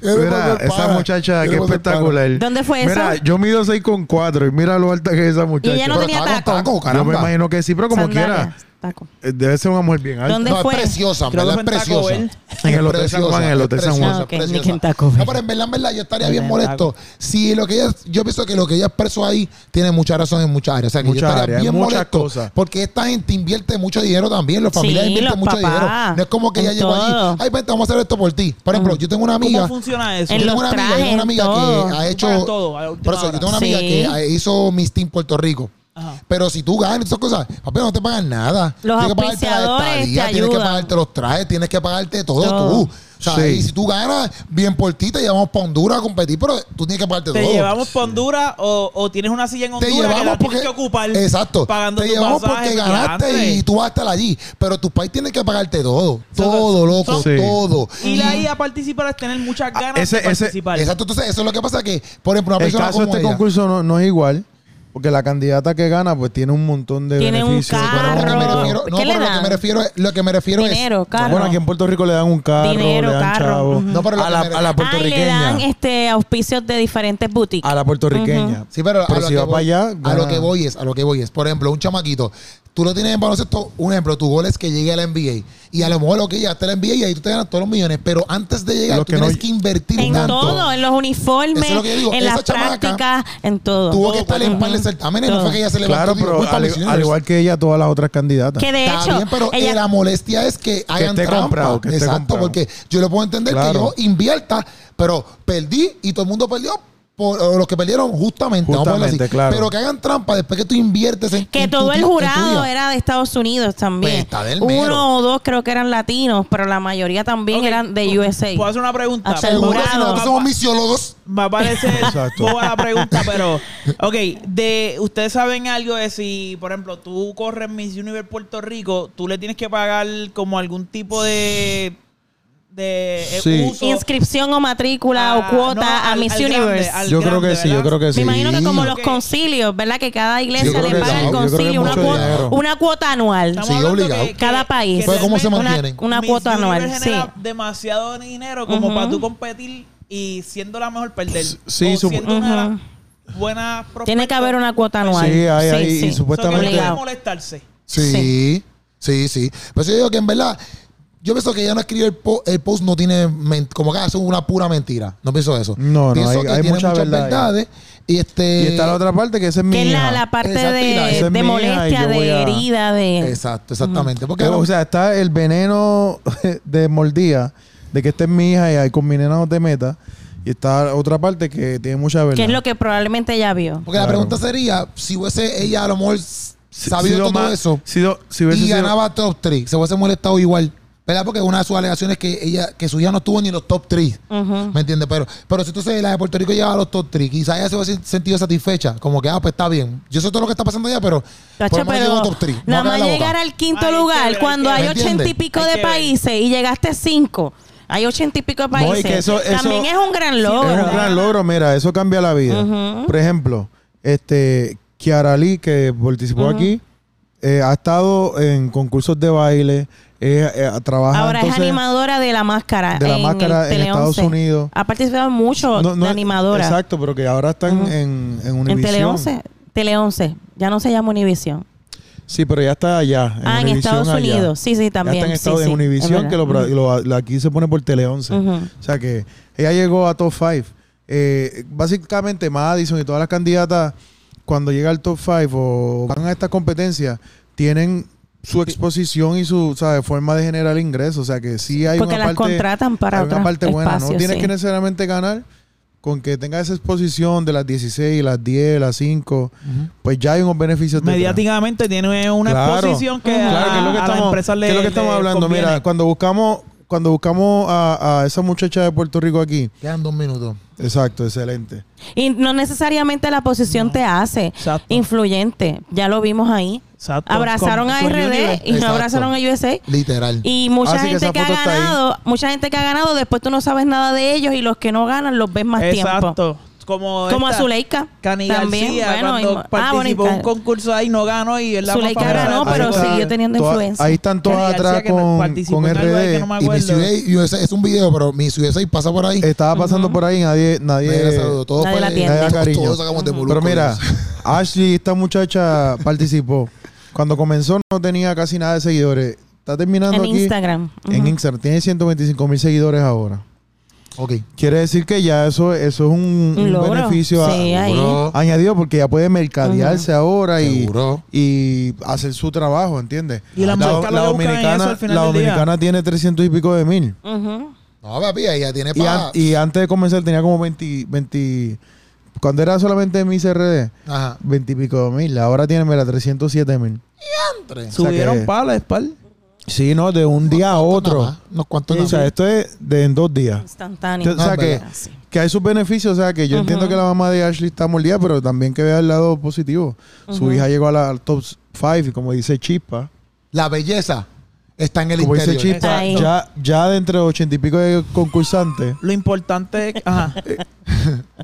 S2: Mira, esa muchacha, qué espectacular.
S4: ¿Dónde fue eso?
S2: Mira, yo mido 6 con 4 y mira lo alta que es esa muchacha.
S4: Y ella no tenía taco.
S2: Yo me
S1: Oh, caramba.
S2: imagino que sí, pero como
S4: Sandalias,
S2: quiera,
S4: taco.
S2: eh, debe ser una mujer bien alta.
S4: ¿Dónde
S1: No,
S4: fue?
S1: es preciosa, en
S3: Creo que
S1: verdad es
S3: fue en Taco
S1: preciosa.
S3: Bell.
S2: En el
S1: Es
S2: Hotel San
S1: preciosa,
S2: Juan, en el
S1: es
S2: Hotel San
S1: preciosa,
S2: Juan.
S1: es
S4: Ah, ok, ni
S1: preciosa.
S4: que en Taco Bell.
S1: No, pero en verdad, en verdad, yo estaría
S3: Ni
S1: bien
S3: en
S1: molesto.
S3: Taco.
S1: Si lo que ella, yo pienso que lo que ella expresó ahí tiene mucha razón en muchas áreas. O sea, que yo
S2: Muchas
S1: estaría
S2: áreas,
S1: bien
S2: muchas
S1: molesto.
S2: cosas.
S1: Porque esta gente invierte mucho dinero también. Los
S4: Sí,
S1: familiares invierten
S4: los
S1: mucho
S4: papás,
S1: dinero. No es como que
S4: en
S1: ella llegó
S4: todo.
S1: allí. Ay, vente, vamos a hacer esto por ti. Por ejemplo, yo tengo una
S3: ¿Cómo
S1: amiga.
S3: funciona eso?
S4: En
S1: Yo
S4: los
S1: tengo una amiga, yo tengo una amiga
S4: trajes, en
S1: que
S4: todo.
S1: ha
S3: Pagan
S1: hecho.
S3: todo a la última
S1: por eso, yo
S3: hora.
S1: tengo una amiga
S4: Sí.
S1: que hizo Miss Team Puerto Rico.
S3: Ajá.
S1: Pero si tú ganas esas cosas, papi, no te pagan nada.
S4: Los
S1: tienes que pagarte la
S4: auspiciadores
S1: estadía,
S4: te
S1: tienes que
S4: ayudan.
S1: pagarte los trajes, tienes que pagarte todo,
S4: Todo.
S1: tú. O sea,
S2: Sí.
S1: y si tú ganas, bien por ti, te llevamos para Honduras a competir, pero tú tienes que pagarte
S3: ¿Te
S1: todo.
S3: llevamos para Honduras o, o tienes una silla en
S1: te
S3: Honduras
S1: llevamos
S3: que la
S1: porque
S3: tienes que ocupar?
S1: exacto
S3: Pagando
S1: te
S3: tu
S1: llevamos
S3: pasaje,
S1: porque ganaste
S3: gigante?
S1: y tú vas a estar allí pero tu país tiene que pagarte todo
S3: So-
S1: todo loco
S2: so- Sí.
S1: todo
S3: Y la IA participar es tener muchas
S2: Ah,
S3: ganas
S2: ese-
S3: de
S2: ese-
S3: participar.
S1: exacto entonces eso es lo que pasa que por ejemplo una
S2: El
S1: persona
S2: caso de
S1: como
S2: este
S1: ella
S2: concurso no, no es igual, porque la candidata que gana pues tiene un montón de
S4: Tiene un
S2: beneficios.
S4: carro.
S1: Pero lo que me
S4: Carro.
S1: refiero, no,
S4: ¿Qué le
S1: pero lo que
S4: dan?
S1: me refiero, es- lo que me refiero
S4: Dinero, Ah,
S1: es
S4: carro.
S2: Bueno, aquí en Puerto Rico le dan un carro,
S4: Dinero,
S2: le dan
S4: carro,
S2: chavo.
S4: ujú.
S1: No, pero lo
S2: a,
S1: que
S2: la,
S1: me-
S2: a la
S4: Ah, y le
S2: puertorriqueña.
S4: dan este, auspicios de diferentes boutiques.
S2: a la puertorriqueña.
S1: Sí, pero,
S2: Pero
S1: a lo
S2: si
S1: que
S2: va
S1: voy-
S2: para allá, ah.
S1: a lo
S2: gana.
S1: que voy es, a lo que voy es, por ejemplo, un chamaquito tú lo tienes en baloncesto, un ejemplo, tu gol es que llegue a la NBA. Y a lo mejor lo que llegaste a la NBA y ahí tú te ganas todos los millones. Pero antes de llegar,
S2: Lo
S1: tú
S2: que no-
S1: tienes que invertir
S4: En
S1: tanto.
S4: todo, en los uniformes,
S1: Eso es lo que yo digo,
S4: en
S1: esa
S4: las
S1: chamaca
S4: prácticas, en todo.
S1: Tuvo que estar en par de
S4: Ujú.
S1: certámenes, no
S4: Todo.
S1: fue que ella se levantó.
S2: Claro,
S1: y dijo,
S2: pero
S1: "Voy para
S2: al,
S1: los
S2: al
S1: Universe".
S2: igual que ella, todas las otras candidatas.
S4: Que de
S1: Está
S4: hecho,
S1: bien, pero
S4: ella-
S1: eh, la molestia es que hagan
S2: esté
S1: trampa.
S2: comprado, que esté
S1: Exacto,
S2: comprado.
S1: porque yo lo puedo entender que
S2: Claro.
S1: yo invierta, pero perdí y todo el mundo perdió. Por, o los que perdieron justamente, vamos a ponerlo
S2: Justamente,
S1: así.
S2: claro.
S1: pero que hagan trampa después que tú inviertes en
S4: que
S1: en tu
S4: todo el
S1: día- en tu
S4: jurado
S1: día.
S4: era de Estados Unidos
S1: Pues,
S4: también.
S1: está del mero.
S4: Uno o dos creo que eran latinos, pero la mayoría también
S3: Ok,
S4: eran de USA.
S3: Puedo hacer una pregunta.
S4: Hasta el
S1: Seguro,
S3: Va-
S4: jurado.
S1: si nosotros somos misiólogos,
S3: Va a parecer
S2: Exacto.
S3: boba la pregunta, pero. Ok, de, ¿ustedes saben algo de si, por ejemplo, tú corres Miss Universe Puerto Rico, tú le tienes que pagar como algún tipo de. de eh,
S2: Sí.
S3: uso?
S4: Inscripción o matrícula
S3: Ah,
S4: o cuota
S3: no,
S4: a
S3: al-
S4: Miss
S3: al grande,
S4: Universe.
S3: al-
S2: Yo creo que
S3: grande,
S2: sí, yo
S3: ¿verdad?
S2: creo que sí.
S4: Me imagino que como los
S3: Ok.
S4: concilios, ¿verdad? Que cada iglesia
S1: Pues Yo creo que
S4: le
S1: sí,
S4: paga el
S1: yo creo
S2: que
S4: concilio una
S2: mucho
S4: cuota,
S2: dinero.
S4: una cuota anual.
S1: Sí,
S3: hablando
S1: obligado.
S4: Cada
S2: Pues,
S4: país.
S1: Pero Pues, ¿cómo se
S4: Una,
S1: mantienen.
S4: una
S3: Miss
S4: cuota
S3: Universe
S4: anual, sí.
S3: genera demasiado dinero como
S4: Ujú.
S3: para tú competir y siendo la mejor perder.
S2: sí,
S3: o
S2: supo-
S3: siendo una de
S4: Ujú.
S3: las buenas
S4: Tiene que
S3: prospectos.
S4: haber una cuota anual.
S2: Sí, hay, hay, y
S3: O sea, que no
S2: supuestamente-
S3: puede
S4: Obligado.
S3: molestarse.
S1: Sí, sí, sí. Pero yo digo que en verdad, yo pienso que ella no escribió el, po- el post, no tiene, men- como que hace una pura mentira. No pienso eso.
S2: No, no,
S1: pienso
S2: hay- hay mucha verdad ahí.
S1: verdades. Y, este,
S2: Y está la otra parte que esa es mi
S4: Eh, Que es la,
S2: hija.
S4: la parte
S1: Exacto, y la-
S4: de,
S2: esa es
S4: de
S2: mi hija y
S4: molestia,
S2: yo voy
S4: de
S2: a-
S4: herida, de...
S1: Exacto, exactamente. Porque
S2: Que, o sea, está el veneno de mordida de que esta es mi hija y ahí con mi nena no te metas. Y está otra parte que tiene mucha verdad.
S4: Que es lo que probablemente ella vio.
S1: Porque la
S2: Claro.
S1: pregunta sería, si hubiese ella a lo mejor s- sabido todo eso
S2: sido- si hubiese
S1: y
S2: sido-
S1: ganaba top 3, se hubiese molestado igual. ¿Verdad? Porque una de sus alegaciones es que ella, que su hija no estuvo ni en los top 3.
S4: Ujú.
S1: ¿Me entiendes? Pero, pero si entonces la de Puerto Rico llegaba a los top 3, quizás ella se hubiese sentido satisfecha. Como que, ah, pues está bien. Yo sé todo lo que está pasando allá, pero.
S4: Tacho,
S1: por lo menos
S4: pero
S1: llegó top 3.
S4: nada más llegar al quinto
S3: Hay que
S4: lugar
S3: ver, hay
S4: cuando
S3: que
S4: hay
S1: ver.
S4: ochenta y
S1: ¿Entiendes?
S4: pico
S3: Hay
S4: de
S3: que ver.
S4: países y llegaste cinco. Hay ochenta y pico de
S2: No, y
S4: países.
S2: que eso- eso-
S4: También es un gran logro.
S2: Es un gran logro, mira, eso cambia la vida.
S4: Ujú.
S2: Por ejemplo, este Kiara Lee, que participó aquí, eh, ha estado en concursos de baile, eh, eh, trabaja
S4: Ahora
S2: entonces-
S4: es animadora de la máscara.
S2: de la
S4: en
S2: máscara
S4: el
S2: en
S4: Tele
S2: Estados
S4: 11.
S2: Unidos.
S4: Ha participado mucho
S2: No, no
S4: de
S2: es-
S4: animadora.
S2: Exacto, pero que ahora están
S4: Ujú.
S2: en, en
S4: En Tele
S2: Univision.
S4: 11. Tele 11. Ya no se llama Univisión.
S2: Sí, pero ya está allá. En
S4: Ah, en
S2: Univision
S4: Estados
S2: allá.
S4: Unidos. Sí, sí, también.
S2: Ya está en,
S4: Sí,
S2: Estados-
S4: sí,
S2: en
S4: es
S2: Univision,
S4: verdad.
S2: que lo, pra- lo- lo- aquí se pone por Tele 11.
S4: Ujú.
S2: O sea que ella llegó a Top 5. Eh, básicamente, Madison y todas las candidatas, cuando llega al Top 5 o van a estas competencias, tienen su exposición y su ¿sabes? forma de generar ingresos. O sea que sí hay
S4: Porque
S2: una
S4: las
S2: parte,
S4: contratan para
S2: hay una
S4: otros
S2: parte buena. no
S4: espacios,
S2: tienes
S4: sí.
S2: que necesariamente ganar. Con que tengas esa exposición de las 16, las 10, las 5, pues ya hay unos beneficios detrás.
S3: Mediáticamente tiene una
S2: Claro.
S3: exposición que,
S2: Claro, que es lo que
S3: a, a la
S2: estamos,
S3: empresa le
S2: que es lo que estamos
S3: le
S2: hablando.
S3: conviene.
S2: Mira, cuando buscamos, cuando buscamos a, a esa muchacha de Puerto Rico aquí.
S1: Quedan dos minutos.
S2: Exacto, excelente.
S4: Y no necesariamente la posición te hace
S3: Exacto.
S4: influyente. Ya lo vimos ahí.
S3: Exacto.
S4: Abrazaron
S3: Con-
S4: a
S3: con
S4: RD
S3: Universe.
S4: y no
S1: Exacto.
S4: abrazaron a USA.
S1: Literal.
S4: Y mucha
S2: Así que
S4: gente
S2: esa
S4: que, ha
S2: foto está ahí.
S4: ganado, mucha gente que ha ganado, después tú no sabes nada de ellos y los que no ganan los ves más tiempo.
S3: Exacto. Como,
S4: Como a
S3: esta
S4: Zuleika.
S3: Cani
S4: también,
S3: García,
S4: bueno,
S3: cuando
S4: y- ah,
S3: participó
S4: bueno, y-
S3: en un concurso ahí, no ganó y él la
S4: Zuleika
S3: más famosa
S4: ganó,
S3: de
S2: Ahí
S4: pero
S3: todas.
S2: está-
S4: siguió teniendo
S2: toda-
S4: influencia.
S2: Ahí están
S3: Cani
S2: todos
S3: García
S2: atrás
S3: que no-
S2: con,
S3: participó
S2: con
S3: en algo ahí que no
S2: RD.
S3: me
S1: Y Miss
S3: acuerdo.
S1: USA y USA es un video, pero Miss USA pasa por ahí.
S2: Estaba pasando por ahí, nadie, nadie.
S1: Nadie la saludó. Todo
S4: Nadie
S1: fue-
S4: la atiende.
S2: Nadie da cariño.
S1: Todos sacamos de
S2: Pero
S1: Molusco,
S2: mira,
S1: Dios.
S2: Ashley, esta muchacha participó. Cuando comenzó no tenía casi nada de seguidores. Está terminando
S4: en
S2: aquí
S4: Instagram.
S2: en
S4: Ujú.
S2: Instagram. Tiene 125 mil seguidores ahora.
S1: Ok.
S2: Quiere decir que ya eso, eso es un, un
S4: logro.
S2: beneficio a-
S4: Sí, ahí.
S1: Seguro.
S2: añadido porque ya puede mercadearse ahora y,
S1: Seguro.
S2: y hacer su trabajo, ¿entiendes?
S3: Y las
S2: la,
S3: marcas lo
S2: la
S3: que buscan es
S2: dominicana,
S3: eso al final
S2: la
S3: del día.
S2: dominicana tiene 300 y pico de mil.
S4: Ujú.
S1: No, papi, ella tiene
S2: Y,
S1: para.
S2: an- y antes de comenzar tenía como 20, 20 cuando era solamente mis RD,
S1: Ajá.
S2: 20 y pico de mil. Ahora tiene, mira, 307 mil.
S1: Entre.
S2: sea que-
S3: Subieron palas, pal.
S2: Sí, no, de un día a otro.
S1: Unos
S2: Sí,
S1: cuantos
S2: o
S1: nada
S2: sea,
S1: más.
S2: esto es de en dos días.
S4: Instantáneo.
S2: Entonces, o sea,
S1: No,
S2: que,
S1: verdad.
S4: Sí.
S2: que hay sus beneficios. O sea, que yo entiendo que la mamá de Ashley está molida, pero también que vea el lado positivo. Su hija llegó a la al top 5 y como dice Chispa,
S1: La belleza está en el
S2: como dice
S1: interior.
S2: Chispa,
S4: Ahí.
S2: ya, ya de entre ochenta y pico de concursantes,
S3: Lo importante es. Ajá.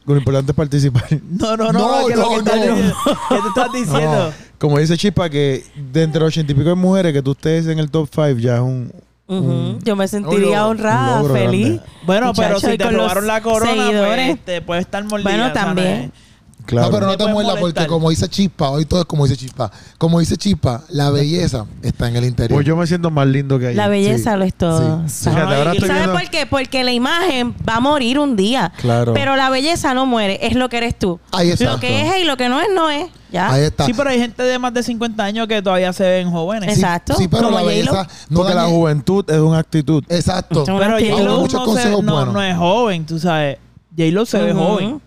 S2: lo importante es participar.
S3: No, no, no.
S1: No,
S3: que lo que
S1: no,
S3: estás
S1: no.
S3: diciendo- ¿Qué te estás diciendo?
S2: Como dice Chispa, que de entre ochenta y pico de mujeres que tú estés en el top 5 ya es un...
S4: Ujú. Yo me sentiría
S1: logro-
S4: honrada,
S2: un logro
S4: feliz.
S2: grande.
S3: Mm. Bueno,
S4: Muchacho,
S3: pero si
S4: y
S3: te
S4: con los
S3: robaron la corona,
S4: seguidores.
S3: pues, te puedes estar mordida.
S4: Bueno,
S3: o sea, no
S4: también.
S3: es-
S2: Claro.
S1: No, pero no
S3: Te
S1: te
S3: puede
S1: muerdas
S3: molestar.
S1: porque como dice Chispa, hoy todo es como dice Chispa. Como dice Chispa, la belleza está en el interior.
S2: Pues yo me siento más lindo que ahí.
S4: La belleza
S1: Sí,
S4: lo es todo.
S2: sí. Fíjate, ahora
S3: Ay,
S2: estoy
S4: ¿Sabes
S2: viendo-
S4: por qué? Porque la imagen va a morir un día.
S2: Claro.
S4: Pero la belleza no muere, es lo que eres tú.
S1: Ahí está.
S4: Lo que es y lo que no es, no es. Ya.
S1: Ahí está.
S3: Ah, Sí, pero hay gente de más de 50 años que todavía se ven jóvenes.
S1: Sí,
S4: Exacto.
S1: Sí, pero
S4: Como
S1: la
S4: J-Lo.
S1: belleza no
S2: Porque la
S1: dañe-
S2: juventud es una actitud.
S1: Exacto.
S4: Son
S3: Pero
S4: Aunque
S3: J-Lo
S1: muchos
S3: no, se-
S1: consejos
S3: no-
S1: buenos.
S3: no es joven, tú sabes. J-Lo se ve
S4: Ujú.
S3: joven.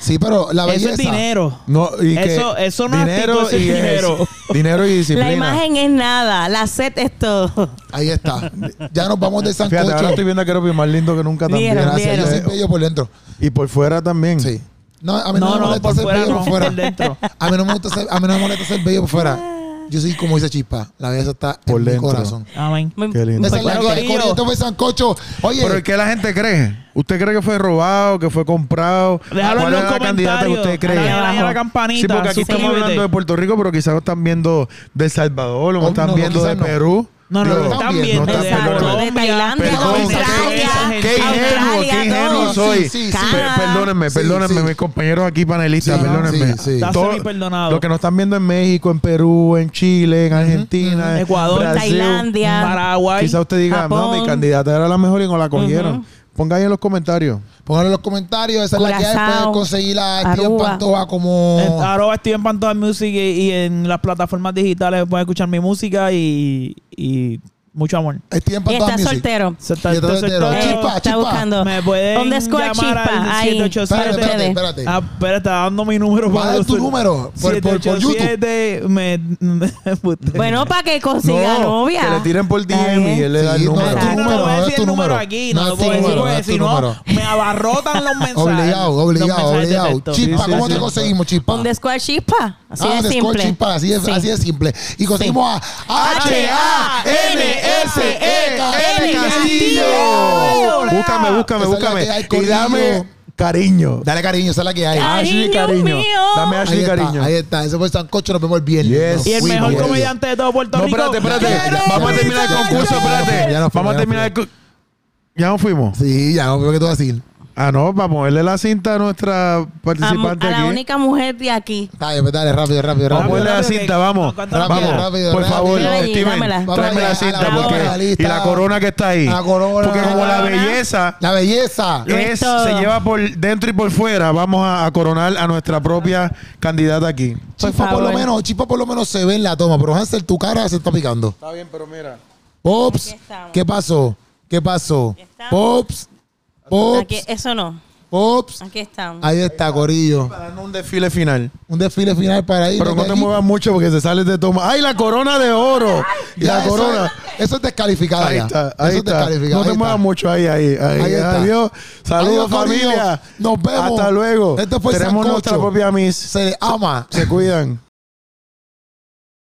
S1: Sí, pero la
S3: Eso
S1: belleza.
S3: es dinero.
S2: No, y que
S3: Eso- eso no es actitud, eso es
S2: y
S3: dinero.
S2: dinero y disciplina.
S4: La imagen es nada, la set es todo.
S1: Ahí está. Ya nos vamos del
S2: Fíjate, ahora estoy
S1: sancocho.
S2: viendo que Keropi más lindo que nunca también.
S4: Vieron,
S1: Gracias. Yo soy
S4: vieron.
S1: bello por dentro.
S2: Y por fuera también.
S1: Sí. No, a mí no,
S3: No,
S1: me
S3: no,
S1: molesta
S3: por
S1: ser
S3: fuera
S1: bello
S3: no,
S1: por fuera.
S3: por dentro. Ah.
S1: A mí no me gusta ser, a mí no me molesta ser bello por fuera. Yo soy como dice Chispa. La belleza está
S2: Por
S1: en
S2: dentro.
S1: mi corazón.
S3: Amén.
S4: Muy-
S2: Qué lindo.
S1: Esa es la
S3: Bueno,
S1: que hay,
S3: corillo.
S1: Corillo, Esto fue sancocho. Oye,
S2: Pero es que la gente cree. ¿Usted cree que fue robado, que fue comprado?
S3: Déjalo en
S2: ¿Cuál
S3: los
S2: era la candidata que
S3: comentarios.
S2: usted
S3: Dale,
S2: cree?
S4: Ahí
S3: dale a la
S4: abajo.
S3: campanita.
S2: Sí, porque aquí estamos
S3: suscríbete.
S2: hablando de Puerto Rico, pero quizás lo están viendo de El Salvador, lo
S1: Oh,
S2: están
S1: no,
S2: viendo
S1: quizás
S2: de
S1: no.
S2: Perú.
S3: No, no,
S2: Digo,
S3: lo están viendo
S2: no
S4: de
S2: están- perdóname.
S4: Exacto, de Tailandia,
S2: Perdón,
S4: Australia,
S3: perdón,
S2: Qué ingenuo,
S4: Australia,
S2: qué ingenuo
S4: todo.
S2: soy.
S1: Sí, sí,
S2: Pe-
S1: sí.
S2: Perdónenme,
S1: Sí,
S2: perdónenme,
S1: sí.
S2: mis compañeros aquí panelistas,
S1: Sí,
S2: perdónenme.
S1: sí, sí.
S3: Está
S2: Todo-
S3: semiperdonado.
S2: Lo que nos están viendo en México, en Perú, en Chile, en Argentina, en
S3: Ecuador,
S2: Brasil.
S4: Tailandia.
S3: Paraguay.
S2: Quizá usted diga, no,
S4: Japón.
S2: mi candidata era la mejor y no la cogieron.
S4: Ujú.
S2: Ponga ahí en los comentarios.
S1: pónganlo en los comentarios. Esa es la que hay.
S4: Curazao,
S1: Pueden conseguir a Steven
S4: Aruba.
S1: Pantoja como.
S3: Eh, En- arroba Steven Pantoja Music y, y en las plataformas digitales pueden escuchar mi música y, y mucho amor.
S1: Steven
S4: Y
S1: Pantoja
S4: está
S1: Music.
S4: soltero.
S3: Se
S1: Y está
S3: entonces,
S1: soltero.
S3: todo-
S4: Eh,
S1: Chispa,
S4: está
S1: chispa.
S4: buscando.
S3: Me pueden
S4: Underscore
S3: llamar
S4: chispa,
S3: al
S4: ahí.
S3: 787.
S1: Espérate, espérate, espérate.
S3: Ah, espera, está dando mi número.
S1: Va a dar tu
S3: los-
S1: número por- por- por
S3: 787, me-
S4: Bueno, para que consiga novia.
S2: que le tiren por
S4: Está
S2: DM y
S4: bien.
S2: él le da el
S1: Sí, no,
S2: número.
S1: tu
S3: Ah, No, no,
S1: número,
S3: voy a
S1: no es
S3: decir
S1: tu
S3: el número
S1: número.
S3: aquí, no,
S1: No
S3: lo
S1: es
S3: puedo
S1: tu
S3: decir
S1: número,
S3: porque
S1: no es
S3: si
S1: tu
S3: no,
S1: número.
S3: me abarrotan los mensajes.
S1: Obligado,
S3: los
S1: obligado,
S3: mensajes de
S1: obligado.
S3: texto.
S1: Chispa,
S2: Sí,
S1: ¿cómo
S2: sí,
S1: te
S2: sí.
S1: conseguimos, Chispa?
S4: Underscore chispa. Así
S1: Ah,
S4: de
S1: de
S4: simple.
S1: Score Chispa, así es,
S4: Sí.
S1: así es simple. Y conseguimos a
S4: H-A-N-S-E-L
S1: H-A-N-S-E-L
S4: Castillo.
S1: Castillo.
S2: E Búscame, búscame,
S1: Esa es la
S2: búscame.
S1: que hay,
S2: Y
S1: Corillo.
S2: dame cariño.
S1: Dale cariño, esa es la que hay.
S4: Ay,
S2: Ashley,
S4: Cariño
S2: cariño.
S4: mío.
S2: Dame Ashley,
S1: ahí
S2: cariño.
S1: Está, ahí está, ese fue el Sancocho, nos vemos el viernes.
S2: Yes.
S1: Nos
S3: Y el
S1: fuimos,
S3: mejor
S1: Corillo.
S3: comediante de todo Puerto
S2: No,
S3: Rico.
S2: espérate, espérate.
S1: Quiero
S2: Vamos a terminar el
S1: mi
S2: concurso,
S1: cariño.
S2: espérate.
S1: Ya nos fuimos,
S2: Vamos a
S1: ya
S2: terminar el.
S1: nos
S2: co- Ya nos fuimos.
S1: Sí, ya, no, pero ¿qué tú vas a decir?
S2: Ah, no, para ponerle la cinta a nuestra
S4: A, mu-
S2: participante
S4: a la
S2: aquí.
S4: única mujer de aquí.
S1: Dale, pues, dale, rápido, rápido,
S2: Vamos a
S1: rápido.
S2: ponerle la
S3: Rápido,
S2: cinta,
S3: que-
S2: vamos.
S3: Rápido,
S2: vamos.
S1: rápido,
S2: Por
S1: rápido.
S2: favor,
S4: Dámela allí,
S2: Steven,
S4: dámela.
S2: tráeme la
S1: Vamos allá,
S2: cinta
S1: a la hora,
S2: porque, y
S1: lista.
S2: la corona que está ahí.
S1: La corona.
S2: Porque como la
S4: La corona.
S2: belleza
S1: La belleza.
S4: Lo
S2: es,
S4: es todo.
S2: se lleva por dentro y por fuera, vamos a, a coronar a nuestra propia candidata aquí.
S4: Por
S1: Chispa por lo
S4: favor.
S1: menos, Chispa por lo menos se ve en la toma, pero Hansel, tu cara se está picando.
S2: Está bien, pero mira.
S1: Pops,
S4: Aquí estamos.
S1: ¿qué pasó? ¿Qué pasó?
S4: Aquí estamos.
S1: Pops,
S4: Aquí-
S1: Pops,
S4: eso no.
S1: Pops.
S4: Aquí están.
S1: Ahí está, Corillo.
S2: Para darnos un desfile final.
S1: Un desfile final para ir.
S2: Pero no te muevas mucho porque te sales de toma. ¡Ay, la corona de oro! Y la corona.
S1: Eso es descalificado.
S2: Ahí
S1: ya.
S2: está, ahí
S1: eso es
S2: está.
S1: descalificado.
S2: No te
S1: ahí
S2: muevas
S1: está.
S2: mucho ahí, ahí. ahí.
S1: Ahí está.
S2: Adiós. Saludos,
S1: Adiós, Corillo.
S2: familia.
S1: Nos vemos.
S2: Hasta luego.
S1: Este fue
S2: Tenemos nuestra
S1: Sancocho.
S2: propia Miss.
S1: Se le ama.
S2: Se cuidan.